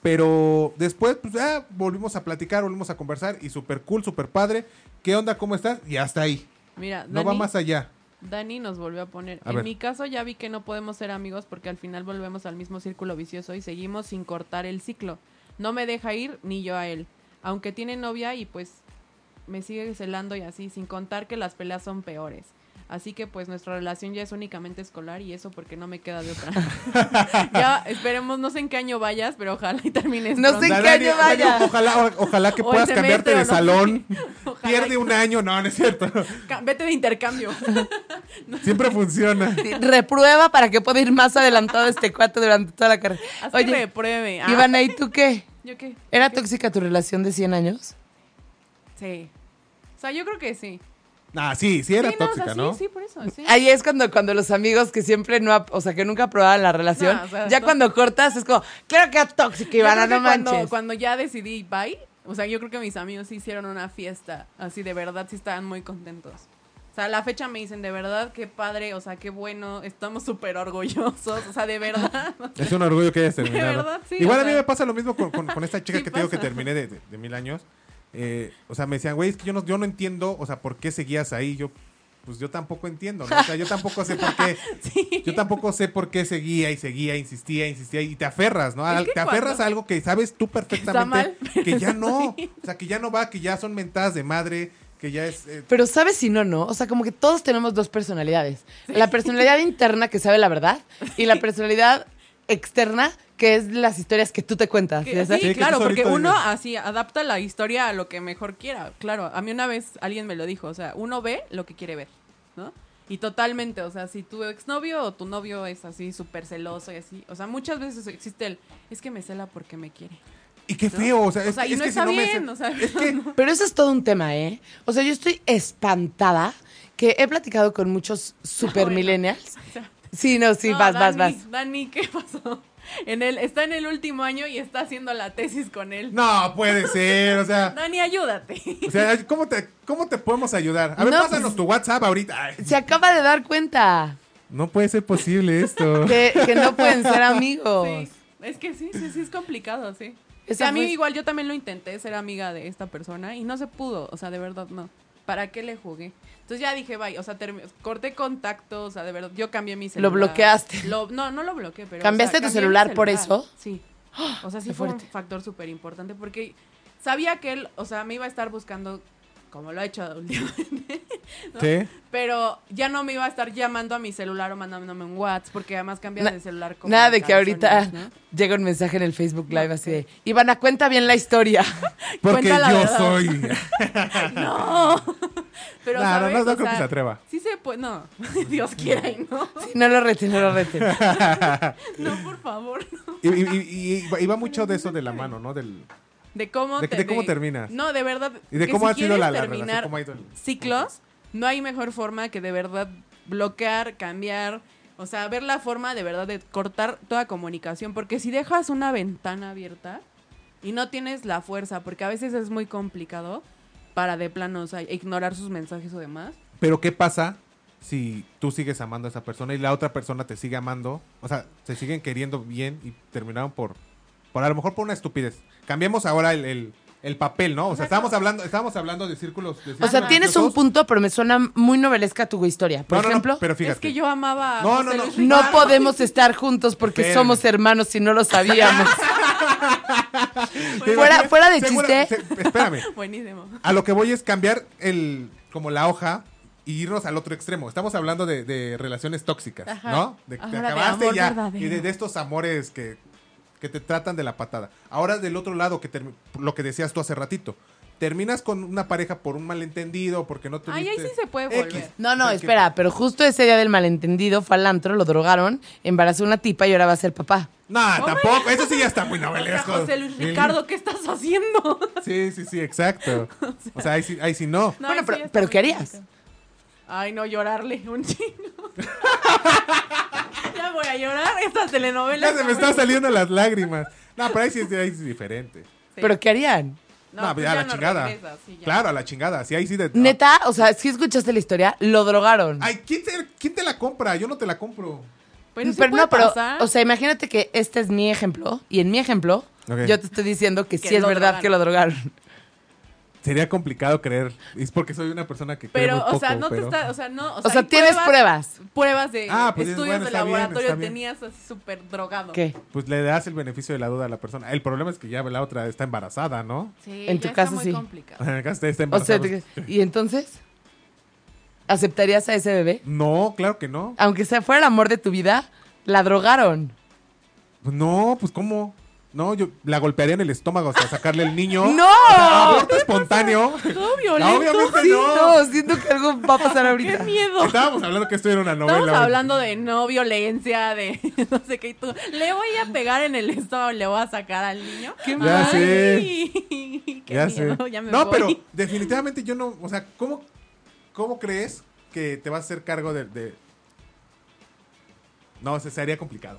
S2: Pero después, pues, ah, volvimos a platicar, volvimos a conversar y súper cool, súper padre. ¿Qué onda? ¿Cómo estás? Y hasta ahí.
S3: Mira, Dani,
S2: No va más allá.
S3: Dani nos volvió a poner.
S2: A
S3: en
S2: ver.
S3: mi caso ya vi que no podemos ser amigos porque al final volvemos al mismo círculo vicioso y seguimos sin cortar el ciclo. No me deja ir ni yo a él. Aunque tiene novia y pues me sigue celando y así, sin contar que las peleas son peores. Así que pues nuestra relación ya es únicamente escolar y eso porque no me queda de otra.
S2: [laughs]
S3: ya esperemos, no sé en qué año vayas, pero ojalá y termines.
S5: No sé
S3: pronto.
S5: en qué año vaya.
S2: Ojalá, o- ojalá que
S3: O el
S2: puedas
S3: semestre,
S2: cambiarte
S3: o
S2: de
S3: no sé.
S2: salón.
S3: [laughs] Ojalá
S2: Pierde
S3: que-
S2: un año. No, no es
S3: [laughs]
S2: cierto.
S3: Ca- Vete de
S5: [laughs]
S3: intercambio.
S2: Siempre funciona.
S5: Sí, [laughs] Reprueba para que pueda ir más adelantado este cuate durante toda la carrera.
S3: Haz que
S5: Oye,
S3: repruebe. Ah,
S5: Ivana, ¿y tú qué?
S3: ¿Yo qué?
S5: ¿Era
S3: ¿Qué?
S5: tóxica tu relación de 100 años?
S3: Sí. O sea, yo creo que sí.
S2: Ah, sí, sí era
S3: Sí, no, o sea,
S2: tóxica, ¿no?
S3: Sí, sí, por eso, sí.
S5: Ahí es cuando, cuando los amigos que siempre no, ap- o sea, que nunca aprobaban la relación,
S3: No, o sea,
S5: ya
S3: no.
S5: cuando cortas es como, claro que era tóxica, Ivana,
S3: Yo creo
S5: no
S3: que
S5: manches.
S3: Cuando, cuando ya decidí bye, o sea, yo creo que mis amigos sí hicieron una fiesta, así de verdad sí estaban muy contentos. O sea, a la fecha me dicen, de verdad, qué padre, o sea, qué bueno, estamos súper orgullosos, o sea, de verdad.
S2: Es un orgullo que
S3: [laughs]
S2: hayas terminado.
S3: verdad, sí,
S2: Igual
S3: o
S2: a mí
S3: sea.
S2: me pasa lo mismo con, con- con esta
S3: [laughs]
S2: chica
S3: Sí
S2: que te digo que
S3: pasa.
S2: terminé de, de- de mil años. Eh, o sea, me decían, güey, es que yo no, yo no entiendo, o sea, ¿por qué seguías ahí? Yo, pues yo tampoco entiendo, ¿no? O sea, yo tampoco sé por qué.
S3: [laughs] Sí.
S2: Yo tampoco sé por qué seguía y seguía, insistía, insistía y te aferras, ¿no?
S3: Es
S2: Al-
S3: que
S2: te aferras
S3: cuando-
S2: a algo que sabes tú perfectamente
S3: mal, [laughs]
S2: que,
S3: pero
S2: ya
S3: está
S2: no,
S3: bien.
S2: o sea, que ya no va, que ya son mentadas de madre, que ya es eh,
S5: Pero sabes si no, ¿no? O sea, como que todos tenemos dos personalidades. La personalidad interna que sabe la verdad y la personalidad externa que es las historias que tú te cuentas.
S3: Que-
S5: ¿ya sabes?
S3: sí,
S2: Sí, que
S3: claro,
S2: tú solito
S3: porque uno
S2: dices.
S3: así adapta la historia a lo que mejor quiera. Claro, a mí una vez alguien me lo dijo, o sea, uno ve lo que quiere ver, ¿no? Y totalmente, o sea, si tu exnovio o tu novio es así súper celoso y así, o sea, muchas veces existe el, es que me cela porque me quiere.
S2: y qué feo, o sea,
S3: O
S2: es,
S3: sea, y
S2: es
S3: no
S2: que
S3: está
S2: si no me
S3: bien, o sea,
S2: es
S3: [laughs]
S2: que
S5: Pero eso es todo un tema, ¿eh? O sea, yo estoy espantada que he platicado con muchos
S3: Ah,
S5: super
S3: bueno.
S5: millennials.
S3: O sea,
S5: Sí, no, sí,
S3: no,
S5: vas, vas,
S3: Dani,
S5: vas.
S3: Dani, ¿qué pasó? En el, está en el último año y está haciendo la tesis con él.
S2: no puede ser, o sea,
S3: Dani, ayúdate.
S2: O sea, ¿cómo te, cómo te podemos ayudar? A ver,
S5: No,
S2: pásanos
S5: pues-
S2: tu WhatsApp ahorita. Ay,
S5: Se acaba de dar cuenta
S2: no puede ser posible
S5: [laughs]
S2: esto.
S5: que, que no pueden ser amigos.
S3: Sí, es que sí, sí, sí, es complicado, sí.
S5: Esa
S3: Sí, a mí
S5: fue-
S3: igual yo también lo intenté ser amiga de esta persona y no se pudo, o sea, de verdad no. ¿Para qué le jugué? Entonces ya dije, bye, o sea, termi- corté contacto, o sea, de verdad, yo cambié mi celular.
S5: bloqueaste.
S3: Lo- no, no lo bloqueé, pero... o
S5: ¿Cambiaste tu
S3: cambié mi
S5: celular por eso? ¡Ah!
S3: Sí. O sea, sí
S5: qué
S3: fue un
S5: fuerte.
S3: factor súper importante porque sabía que él, o sea, me iba a estar buscando, como lo ha hecho últimamente, [laughs] ¿no?
S2: Sí.
S3: pero ya no me iba a estar llamando a mi celular o mandándome un WhatsApp porque además cambias
S5: Na-
S3: de celular como
S5: Nada de que
S3: cada
S5: ahorita
S3: seis meses, ¿no?
S5: llega un mensaje en el Facebook Live así de, Ivana, cuenta bien la historia.
S2: Porque
S3: Cuenta la
S2: yo
S3: verdad.
S2: soy.
S3: No. [laughs] Pero
S2: No, no,
S3: ¿sabes?
S2: no, no creo
S3: O
S2: que
S3: sea,
S2: se atreva.
S3: Sí se puede, no. [laughs] Dios quiera y no.
S5: No lo reten, no lo [laughs] reten.
S3: [laughs] No, por favor. no.
S2: Y, y- y- y- y va mucho de eso de la mano, ¿no? Del,
S3: De cómo
S2: De- de cómo terminas.
S3: No, de verdad.
S2: y de
S3: que
S2: cómo
S3: si
S2: ha sido la,
S3: quieres
S2: la
S3: terminar
S2: relación, cómo ha ido el-
S3: ciclos, no hay mejor forma que de verdad bloquear, cambiar, o sea, ver la forma de verdad de cortar toda comunicación, porque si dejas una ventana abierta y no tienes la fuerza, porque a veces es muy complicado para de plano, o sea, ignorar sus mensajes o demás.
S2: Pero ¿qué pasa si tú sigues amando a esa persona y la otra persona te sigue amando? O sea, se siguen queriendo bien y terminaron por, por a lo mejor por una estupidez. Cambiemos ahora el, el- el papel, ¿no? O sea, estábamos hablando, estábamos hablando de círculos. de
S5: O
S2: círculos
S5: sea, tienes un
S2: viciosos.
S5: punto, pero me suena muy novelesca tu historia. Por
S2: No, no, no,
S5: ejemplo,
S2: pero fíjate.
S3: Es que yo amaba. a
S2: No,
S3: José
S2: no, no.
S3: Luis
S5: no
S3: Ricardo.
S5: podemos estar juntos porque
S2: Espérame.
S5: somos hermanos si no lo sabíamos.
S2: Te
S5: Fuera-
S2: imaginas-
S5: fuera de
S2: segura-
S5: chiste.
S2: se- espérame.
S3: Buenísimo.
S2: A lo que voy es cambiar el como la hoja y irnos al otro extremo. Estamos hablando de, de relaciones tóxicas,
S3: Ajá.
S2: ¿no? De que te
S3: Ahora de
S2: acabaste
S3: amor
S2: ya.
S3: verdadero.
S2: Y de, de estos amores que, que te tratan de la patada. Ahora del otro lado, que termi- lo que decías tú hace ratito. Terminas con una pareja por un malentendido, porque no tuviste...
S3: Ay, ahí sí se puede
S2: X.
S3: volver.
S5: [laughs] No,
S2: O
S5: no,
S2: sea, que-
S5: espera, pero justo ese día del malentendido fue al antro, lo drogaron, embarazó una tipa y ahora va a ser papá.
S2: No, tampoco. Eso sí ya está
S3: [laughs]
S2: muy novelesco.
S3: José Luis
S2: Sí.
S3: Ricardo, ¿qué estás
S5: [laughs]
S3: haciendo?
S2: Sí, sí, sí,
S3: [laughs]
S2: exacto. O sea, ahí sí, ahí sí no.
S3: No,
S5: Bueno,
S3: sí,
S5: pero-
S3: está
S5: pero
S3: muy
S5: ¿qué harías?
S3: bonito. Ay, no, llorarle un chingo. [laughs] ya voy a llorar. Esta telenovela.
S2: Ya se me
S3: está
S2: están saliendo las lágrimas. No, pero ahí sí, es- ahí sí es diferente.
S3: Sí.
S5: ¿Pero qué harían?
S3: No,
S2: No,
S3: pues
S2: ya a
S3: ya
S2: la
S3: no
S2: chingada.
S3: regresas, sí, ya.
S2: Claro, a la chingada. Sí, ahí sí de.
S5: Neta, o sea, si escuchaste la historia, lo drogaron.
S2: Ay, ¿quién te, quién te la compra? Yo no te la compro.
S3: Pero, sí
S5: pero
S3: puede
S5: no, pero,
S3: pasar.
S5: o sea, imagínate que este es mi ejemplo y en mi ejemplo
S2: Ok.
S5: yo te estoy diciendo que,
S3: Que
S5: sí es
S3: lo
S5: verdad
S3: drogaron.
S5: que lo drogaron.
S2: Sería complicado creer. Es porque soy una persona que cree
S3: pero,
S2: muy poco,
S3: o sea, no
S2: pero-
S3: te está, o sea, no, o sea,
S5: sea,
S3: hay
S5: tienes pruebas.
S3: pruebas de
S2: Ah, pues,
S3: estudios
S2: bueno,
S3: de
S2: está bien,
S3: laboratorio,
S2: está bien.
S3: tenías así súper drogado.
S5: ¿Qué?
S2: Pues le das el beneficio de la duda a la persona. El problema es que ya la otra está embarazada, ¿no? [laughs]
S3: Sí,
S5: En tu
S3: ya está
S5: caso,
S3: muy
S5: sí.
S3: complicado.
S2: Acá está, está
S5: O sea,
S2: embarazada.
S5: te- ¿y entonces? ¿Aceptarías a ese bebé?
S2: No, claro que no.
S5: Aunque sea fuera el amor de tu vida, la drogaron.
S2: Pues no, pues ¿cómo? No, yo la golpearía en el estómago hasta sacarle el
S3: [laughs]
S2: niño.
S5: ¡No!
S2: O sea, aborto espontáneo.
S3: Todo violento.
S2: Obviamente
S5: Sí,
S2: no.
S5: no, siento que algo va a pasar
S3: ¡Qué
S2: [laughs]
S5: ahorita.
S3: miedo!
S2: Estábamos hablando que esto era una novela.
S3: Estamos hablando de no violencia, de [laughs] no sé qué. y tú, le voy a pegar en el estómago, le voy a sacar al niño. [laughs]
S5: Qué
S2: Ya
S3: Ay, qué
S2: ya
S3: miedo,
S2: sé.
S3: [laughs] ya me
S2: no,
S3: voy.
S2: pero definitivamente yo no. O sea, ¿cómo, cómo crees que te vas a hacer cargo de. de- No, se, sería complicado.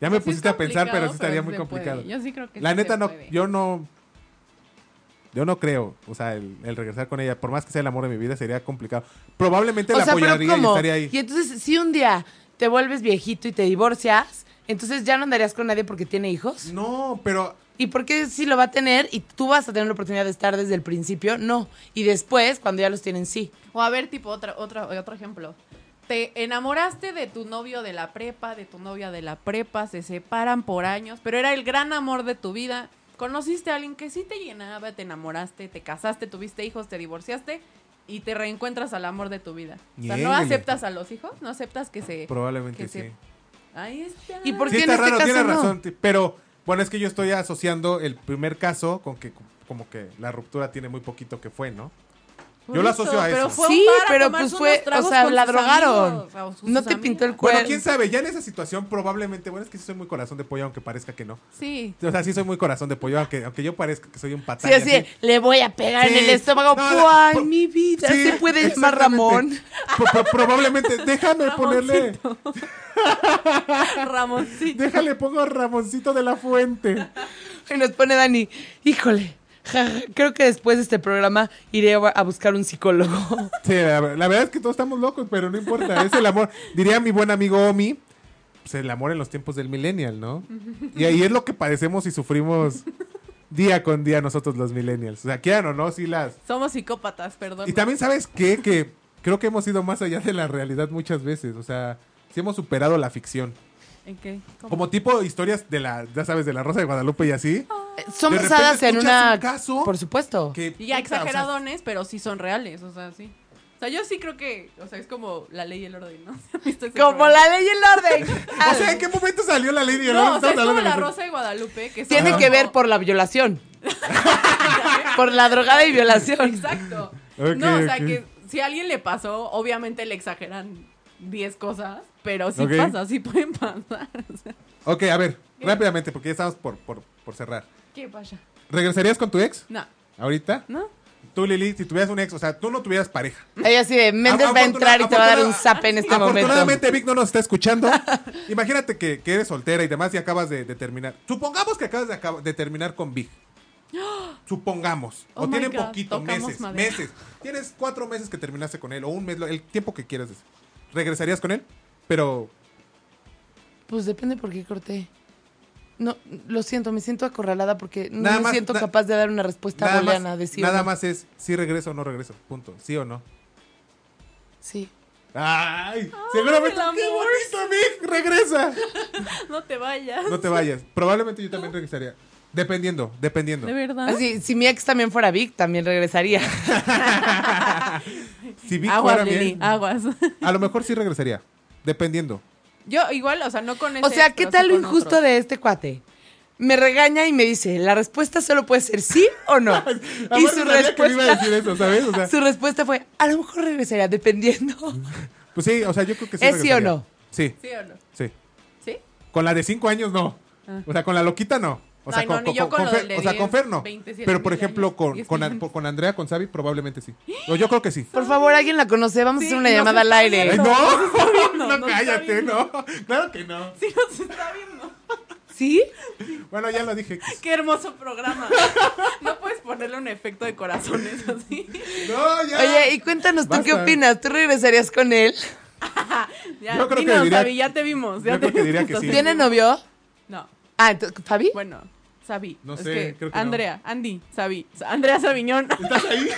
S2: Ya me
S3: Sí es
S2: pusiste a pensar, pero sí
S3: complicado,
S2: estaría
S3: sí
S2: muy
S3: se
S2: complicado.
S3: puede. Yo sí creo que
S2: La
S3: sí
S2: neta,
S3: se
S2: no,
S3: puede.
S2: yo no. Yo no creo, o sea, el, el regresar con ella, por más que sea el amor de mi vida, sería complicado. Probablemente la apoyaría y estaría ahí.
S5: Y entonces, si un día te vuelves viejito y te divorcias, entonces ya no andarías con nadie porque tiene hijos.
S2: No, pero
S5: ¿Y por qué si lo va a tener y tú vas a tener la oportunidad de estar desde el principio? No. Y después, cuando ya los tienen, sí.
S3: O a ver, tipo, otra, otra, otro ejemplo. Te enamoraste de tu novio de la prepa, de tu novia de la prepa, se separan por años, pero era el gran amor de tu vida. Conociste a alguien que sí te llenaba, te enamoraste, te casaste, tuviste hijos, te divorciaste y te reencuentras al amor de tu vida. O sea, ¿no
S2: Niéguele.
S3: aceptas a los hijos? ¿No aceptas que se...?
S2: probablemente
S3: que
S2: sí.
S3: se- Ahí está.
S5: ¿Y por
S2: Sí
S5: qué en
S2: está
S5: este
S2: raro,
S5: caso
S2: tiene
S5: no?
S2: razón. ti- Pero bueno, es que yo estoy asociando el primer caso con que como que la ruptura tiene muy poquito que fue, ¿no?
S3: Por
S2: yo lo asocio a
S3: Pero
S2: eso.
S3: fue un
S5: Sí,
S3: bar a
S5: pero
S3: tomarse
S5: pues fue-
S3: unos tragos
S5: o sea,
S3: con
S5: la
S3: sus
S5: drogaron.
S3: amigos, o sus
S5: No te
S3: amigas.
S5: pintó el cuerpo.
S2: Bueno,
S5: Pues-
S2: quién sabe, ya en esa situación probablemente, bueno, es que sí soy muy corazón de pollo, aunque parezca que no.
S5: [laughs]
S3: Sí.
S2: O sea, sí soy muy corazón de pollo, aunque, aunque yo parezca que soy un patán.
S5: Sí,
S2: y
S5: así,
S2: así.
S5: le voy a pegar en
S2: Sí.
S5: el estómago.
S2: No, la-
S5: ¡Ay,
S2: pro-
S5: mi vida!
S2: Sí,
S5: ¿Se puede llamar
S2: exactamente.
S5: Ramón?
S2: Pro- pro- probablemente,
S5: [laughs]
S2: déjame ponerle,
S3: Ramoncito.
S2: déjale pongo Ramoncito de la Fuente.
S5: Y nos pone Dani, híjole, ja, ja, creo que después de este programa iré a a buscar un psicólogo.
S2: [laughs] Sí, la, ver- la verdad es que todos estamos locos, pero no importa, es el
S3: [laughs]
S2: amor. Diría mi buen amigo Omi, pues el amor en los tiempos del millennial, ¿no? Y ahí es lo que padecemos y sufrimos día con día nosotros los millennials. O sea, quieran o no, sí las...
S3: Somos psicópatas, perdón.
S2: Y también, ¿sabes qué? Que creo que hemos ido más allá de la realidad muchas veces, o sea, sí hemos superado la ficción.
S3: ¿En qué? ¿Cómo?
S2: Como tipo historias de la, ya sabes, de la Rosa de Guadalupe y así.
S5: Son
S2: De repente
S5: basadas en
S2: escuchas
S5: una...
S2: un caso
S5: por supuesto.
S2: Que,
S3: Oh. Y ya
S2: puta, o sea,
S3: exageradones, pero sí son reales, o sea, sí. O sea, yo sí creo que, o sea, es como la ley y el orden, ¿no? [laughs] ¿Han visto ese
S5: Como
S3: programa?
S5: la ley y el orden.
S2: [laughs]
S5: Ah,
S2: O sea, ¿en qué momento salió la ley de
S3: No, o sea,
S2: Estamos
S3: es como
S2: hablando de
S3: la
S2: nosotros.
S3: Rosa de Guadalupe, que son
S5: Tiene
S3: como-
S5: que ver por la
S2: [laughs]
S5: violación. por la drogada y violación.
S3: Exacto.
S2: Ok,
S3: no, o sea,
S2: ok.
S3: que si a alguien le pasó, obviamente le exageran 10 cosas, pero sí
S2: Ok.
S3: pasa, sí pueden pasar. o sea,
S2: Ok, a ver, rápidamente, porque ya estamos por, por, por cerrar.
S3: ¿Qué pasa?
S2: ¿Regresarías con tu ex?
S3: No,
S2: ¿Ahorita?
S3: no.
S2: Tú, Lili, si tuvieras un ex, o sea, tú no tuvieras pareja.
S5: Ella así de, Méndez va a
S2: Afortuna-
S5: entrar y te va a dar un
S2: afortuna-
S5: zap en este momento.
S2: Afortunadamente, Vic no nos está
S5: [laughs]
S2: escuchando. Imagínate que, que eres soltera y demás y acabas de, de terminar. Supongamos que acabas de, acab- de terminar con
S5: [gasps]
S2: Vic. Supongamos.
S3: Oh
S2: o
S3: my
S2: tienen
S3: God,
S2: poquito,
S3: tocamos
S2: meses,
S3: madera.
S2: meses. Tienes cuatro meses que terminaste con él, o un mes, lo- el tiempo que quieras. decir. ¿Regresarías con él? Pero
S5: Pues depende por qué corté. No, lo siento, me siento acorralada porque no
S2: Nada
S5: me
S2: más,
S5: siento
S2: na-
S5: capaz de dar una respuesta
S2: Nada,
S5: boleana,
S2: más,
S5: de sí o
S2: nada
S5: no.
S2: más es si regreso o no regreso. Punto. ¿Sí o no?
S5: Sí.
S2: ¡Ay! seguramente.
S3: el
S2: ¡Qué
S3: amor!
S2: bonito, Vic! ¡Regresa!
S3: No te vayas.
S2: No te vayas. Probablemente yo también regresaría. Dependiendo, dependiendo.
S3: De verdad.
S5: Así, si mi ex también fuera Vic,
S3: [laughs]
S5: también regresaría.
S2: [laughs] Si Vic fuera
S3: aguas,
S2: Ah, bien,
S3: Lili, aguas.
S2: a lo mejor sí regresaría. Dependiendo.
S3: [laughs] Yo igual, o sea, no con ese.
S5: O sea,
S3: ex,
S5: ¿qué
S3: pero
S5: tal
S3: sí
S5: lo
S3: con
S5: injusto
S3: otros.
S5: de este cuate? Me regaña y me dice, la respuesta solo puede ser sí
S2: [laughs]
S5: o no. y
S2: Aparte
S5: su
S2: sabía que le iba a
S5: respuesta,
S2: decir eso, ¿sabes? O sea,
S5: [laughs] su respuesta fue, a lo mejor
S3: [laughs]
S5: regresaría, dependiendo.
S2: pues sí, o sea, yo creo que sí
S5: ¿Es sí o
S2: regresaría.
S5: no?
S2: Sí,
S3: ¿Sí o no?
S2: sí.
S3: ¿Sí? [laughs]
S2: Con la de 5 años, no. O sea, con la loquita, no. O sea,
S3: Ah. Ay, no,
S2: con,
S3: ni yo
S2: con-
S3: con
S2: con
S3: lo
S2: Fer,
S3: del de
S2: o sea,
S3: 10,
S2: con Fer no.
S3: 27
S2: Pero, por
S3: mil
S2: ejemplo,
S3: años,
S2: con,
S3: 10
S2: con,
S3: millones.
S2: con Andrea, con Xavi, probablemente sí. O yo creo que sí.
S5: Por favor, alguien la conoce, vamos
S3: Sí,
S5: a hacer una
S3: nos
S5: llamada al
S3: está
S5: aire.
S2: Ay,
S3: viendo. está viendo,
S2: no, no,
S3: nos está
S2: cállate,
S3: viendo.
S2: no. Claro que no.
S3: Sí, nos está viendo.
S5: ¿Sí?
S2: Bueno, ya lo dije.
S3: Qué hermoso programa. [laughs] No puedes ponerle un efecto de corazones así.
S2: [laughs] No, ya.
S5: Oye, y cuéntanos tú qué
S2: Basta.
S5: opinas, ¿tú regresarías con él?
S3: Ya,
S2: Yo creo que
S3: dinos,
S2: diría-
S3: Sabi, ya te vimos. Ya
S2: yo creo
S3: te
S2: que diría
S3: vimos,
S2: que sí.
S5: ¿Tiene novio?
S3: No,
S5: Ah, ento- ¿Fabi?
S3: bueno, Sabi.
S2: No
S3: es
S2: sé, creo que no.
S3: Andrea, Andy, Sabi. Andrea Sabiñón.
S2: ¿Estás ahí?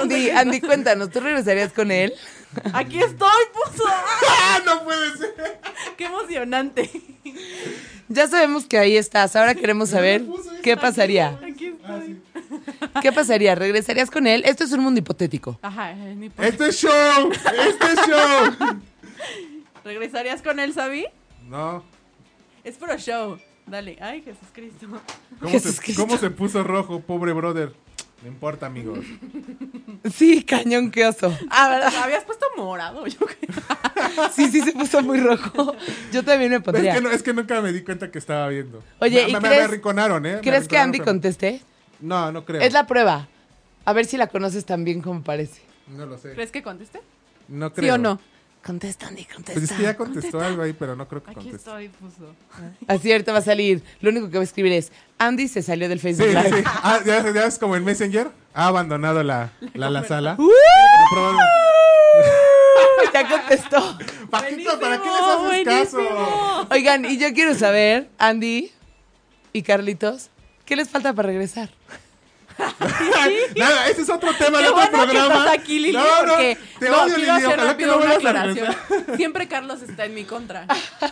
S5: Andy, Andy, cuéntanos, ¿tú regresarías con él?
S3: [laughs] Aquí estoy, puso. [laughs]
S2: ¡Ah, no puede ser!
S3: Qué emocionante. [laughs]
S5: Ya sabemos que ahí estás, ahora queremos saber qué pasaría.
S3: Aquí estoy.
S5: ¿Qué pasaría? ¿Regresarías con él? Esto es un mundo hipotético.
S3: Ajá, eh, ni por-
S2: ¡Este es show! ¡Este es show!
S3: ¿Regresarías con él, Sabi?
S2: No.
S3: Es pro show. Dale. Ay, Jesús Cristo.
S2: ¿Cómo
S5: Jesús
S2: se,
S5: Cristo.
S2: ¿Cómo se puso rojo, pobre brother? No importa, amigos.
S5: Sí, cañón, qué oso.
S3: Ah, ¿verdad? [laughs] Habías puesto morado, yo creo.
S5: Sí, sí, se puso muy rojo. Yo también me
S2: Es
S5: pondría.
S2: que, no- es que nunca me di cuenta que estaba viendo.
S5: Oye,
S2: me,
S5: ¿y
S2: me- me
S5: crees-
S2: arrinconaron, ¿eh? Me
S5: ¿Crees que
S2: arrinconaron,
S5: Andy
S2: pero-
S5: conteste?
S2: No, no creo.
S5: Es la prueba. A ver si la conoces tan bien como parece.
S2: No lo sé.
S3: ¿Crees que conteste?
S2: No
S3: ¿Sí
S2: creo.
S3: o no?
S5: Contesta, Andy, contesta.
S2: Pues es que ya contestó algo ahí, pero no creo que
S3: Aquí
S2: conteste.
S3: estoy, puso.
S5: Así ahorita Ah, va a salir. Lo único que va a escribir es, Andy se salió del
S2: Sí,
S5: Facebook
S2: sí,
S5: Live.
S2: sí.
S5: [laughs]
S2: Ah, ya, ya es como en Messenger. Ha abandonado la, la, la sala. Probablemente-
S5: Ya contestó.
S2: Paquito, ¿para qué les haces [laughs]
S3: Buenísimo,
S2: caso?
S3: buenísimo.
S5: Oigan, y yo quiero saber, Andy y Carlitos, ¿qué les falta para regresar?
S2: Nada, ese es otro tema de
S3: Qué
S2: otro
S3: bueno que
S2: programa.
S3: estás aquí, Lili,
S2: no, no,
S3: porque
S2: te
S3: no,
S2: odio,
S3: quiero
S2: Lili,
S3: hacer
S2: ojalá que
S3: rápido
S2: no
S3: una
S2: vuelvas a
S3: aclaración.
S2: regresar.
S3: Siempre Carlos está en mi contra.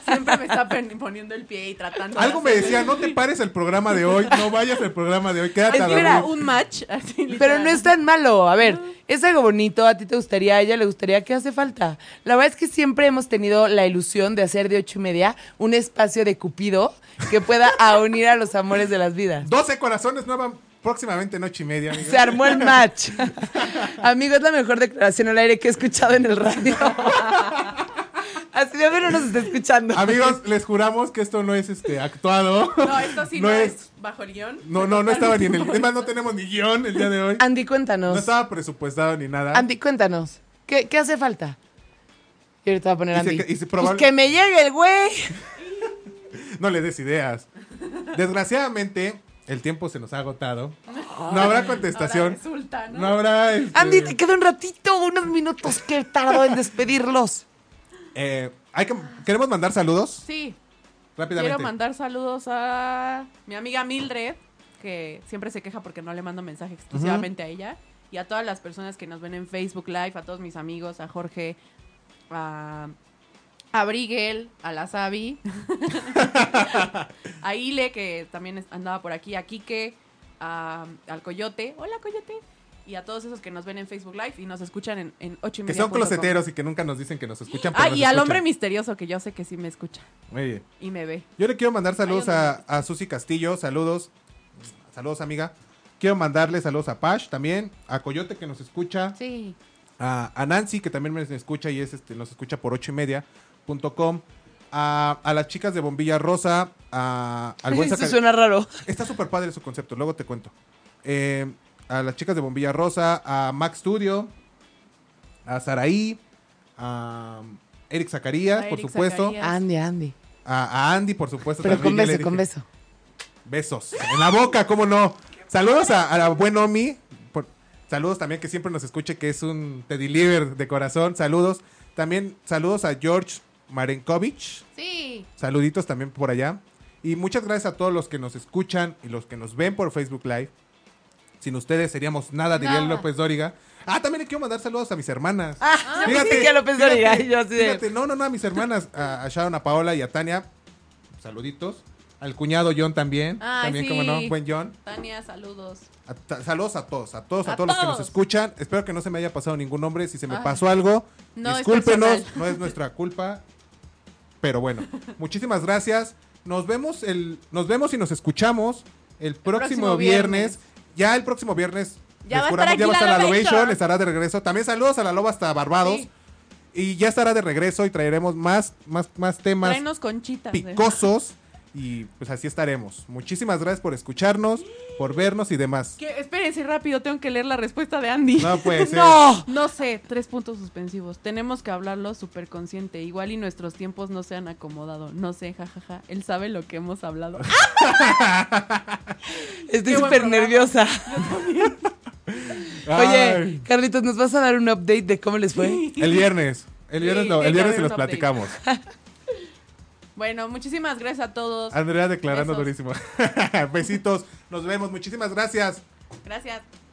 S3: Siempre me está pen- poniendo el pie y tratando. de
S2: Algo me
S3: hacer-
S2: decía, no te pares el programa de hoy, no vayas al programa de hoy, quédate a
S3: Es que era
S2: dormir.
S3: un match. así,
S5: Pero
S3: literal.
S5: no es tan malo. A ver, es algo bonito, a ti te gustaría, a ella le gustaría, ¿qué hace falta? La verdad es que siempre hemos tenido la ilusión de hacer de ocho y media un espacio de cupido
S2: [laughs]
S5: que pueda a unir a los amores de las vidas.
S2: 12 corazones nueva próximamente en ocho y media, amiga.
S5: Se armó el
S2: [laughs]
S5: match. Amigo, es la mejor declaración al aire que he escuchado en
S2: [laughs]
S5: el radio. Así de no nos está escuchando.
S2: Amigos, les juramos que esto no es este actuado.
S3: [laughs] No, esto sí no, es... bajo el guión.
S2: No, no, no estaba ni en el. Es más, no tenemos ni guión el día de hoy.
S5: Andy,
S2: No
S5: cuéntanos.
S2: estaba presupuestado ni nada.
S5: Andy, cuéntanos. ¿Qué, qué hace falta? Y ahorita va a poner
S2: Y se-
S5: Andy.
S2: y se
S5: Pues
S2: probable-
S5: que me llegue el güey.
S2: [laughs] No le des ideas. Desgraciadamente, el tiempo se nos ha agotado. No habrá
S3: Ahora
S2: contestación.
S3: resulta, ¿no?
S2: No habrá. este,
S5: Andy, te queda un ratito, unos minutos que tardó en despedirlos.
S2: eh, hay que, queremos mandar saludos
S3: Sí,
S2: rápidamente.
S3: quiero mandar saludos a mi amiga Mildred, que siempre se queja porque no le mando mensaje exclusivamente a ella. Y a todas las personas que nos ven en Facebook Live, a todos mis amigos, a Jorge, a, a Brigel, a
S2: [laughs]
S3: la Sabi, a Ile, que también es- andaba por aquí, a Quique, a- al Coyote. Hola, Coyote. Y a todos esos que nos ven en Facebook Live y nos escuchan en, en 8 y
S2: que
S3: media
S2: son
S3: punto com.
S2: closeteros y que nunca nos dicen que nos escuchan. pero
S3: Ah,
S2: nos
S3: y al
S2: escuchan.
S3: hombre misterioso, que yo sé que sí me escucha
S2: Muy bien.
S3: y me ve.
S2: Yo le quiero mandar saludos
S3: Ay,
S2: a, a Susi Castillo, saludos. Saludos, amiga. Quiero mandarle saludos a Pash también, a Coyote que nos escucha,
S3: Sí.
S2: a, a Nancy que también me escucha y es este, nos escucha por ocho y media punto com, a, a las chicas de Bombilla Rosa, a, al
S5: [laughs]
S2: buen
S5: Eso
S2: Zacari-
S5: suena raro.
S2: Está súper padre su concepto, luego te cuento. Eh, a las chicas de Bombilla Rosa, a Max Studio, a Saraí, a Eric Zacarías,
S3: A
S2: por
S3: Eric
S2: supuesto,
S3: Zacarías.
S5: Andy, Andy.
S2: A, a Andy, por supuesto.
S5: Pero
S2: Pues también
S5: con
S2: ya le
S5: beso,
S2: dije.
S5: con beso.
S2: Besos. En la boca, ¿cómo no? Saludos a, a la buen Omi. por- saludos también que siempre nos escuche, que es un Te Deliver de corazón. Saludos. También saludos a George Marenkovich.
S3: Sí.
S2: Saluditos también por allá. Y muchas gracias a todos los que nos escuchan y los que nos ven por Facebook Live. Sin ustedes seríamos nada, diría
S6: Nada.
S2: López Dóriga. Ah, también le quiero mandar saludos a mis hermanas.
S5: Ah, yo pensé que López Dóriga, y yo así de-
S2: fíjate, no, no, no, a mis hermanas, a, a Sharon, a Paola y a Tania. Saluditos. Al cuñado John también.
S6: Ay,
S2: también,
S6: sí.
S2: como no, buen John.
S6: Tania, saludos.
S2: A- ta- saludos a todos, a todos, a,
S6: A
S2: todos, los que nos
S6: todos.
S2: escuchan. Espero que no se me haya pasado ningún nombre. Si se me
S6: Ay.
S2: pasó algo,
S6: No, es
S2: discúlpenos,
S6: personal.
S2: no es nuestra culpa. Pero bueno, muchísimas gracias. Nos vemos el, nos vemos y nos escuchamos el próximo,
S3: próximo
S2: viernes.
S3: viernes.
S2: Ya el próximo viernes
S6: Ya
S2: les
S6: va a estar
S2: juramos, ya
S6: aquí
S2: va a
S6: la
S2: estar la
S6: Lovation.
S2: Lovation, estará de regreso. También saludos a la Loba hasta Barbados.
S6: Sí.
S2: Y ya estará de regreso y traeremos más, más, más temas
S3: Tráenos
S6: ¿eh?
S3: conchitas. de-
S2: picosos. Y pues así estaremos. Muchísimas gracias por escucharnos, por vernos y demás.
S3: Que- Espérense rápido, tengo que leer la respuesta de Andy.
S2: No pues, [laughs] puede ser.
S3: [laughs] No sé, tres puntos suspensivos. Tenemos que hablarlo súper consciente. Igual y nuestros tiempos no se han acomodado. No sé, jajaja. Él sabe lo que hemos hablado.
S2: Ah.
S3: Qué
S5: Estoy
S3: buen
S5: súper
S3: programa.
S5: nerviosa. Oye,
S2: Ay,
S5: Carlitos, ¿nos vas a dar un update de cómo les fue?
S2: el viernes. El viernes,
S3: Sí,
S2: lo-
S3: tiene que
S2: el viernes
S3: haber
S2: se
S3: un
S2: los
S3: update.
S2: platicamos.
S3: Bueno, muchísimas gracias a todos.
S2: Andrea declarando [laughs]
S3: Besos.
S2: durísimo. Besitos. Nos vemos. Muchísimas gracias.
S3: Gracias.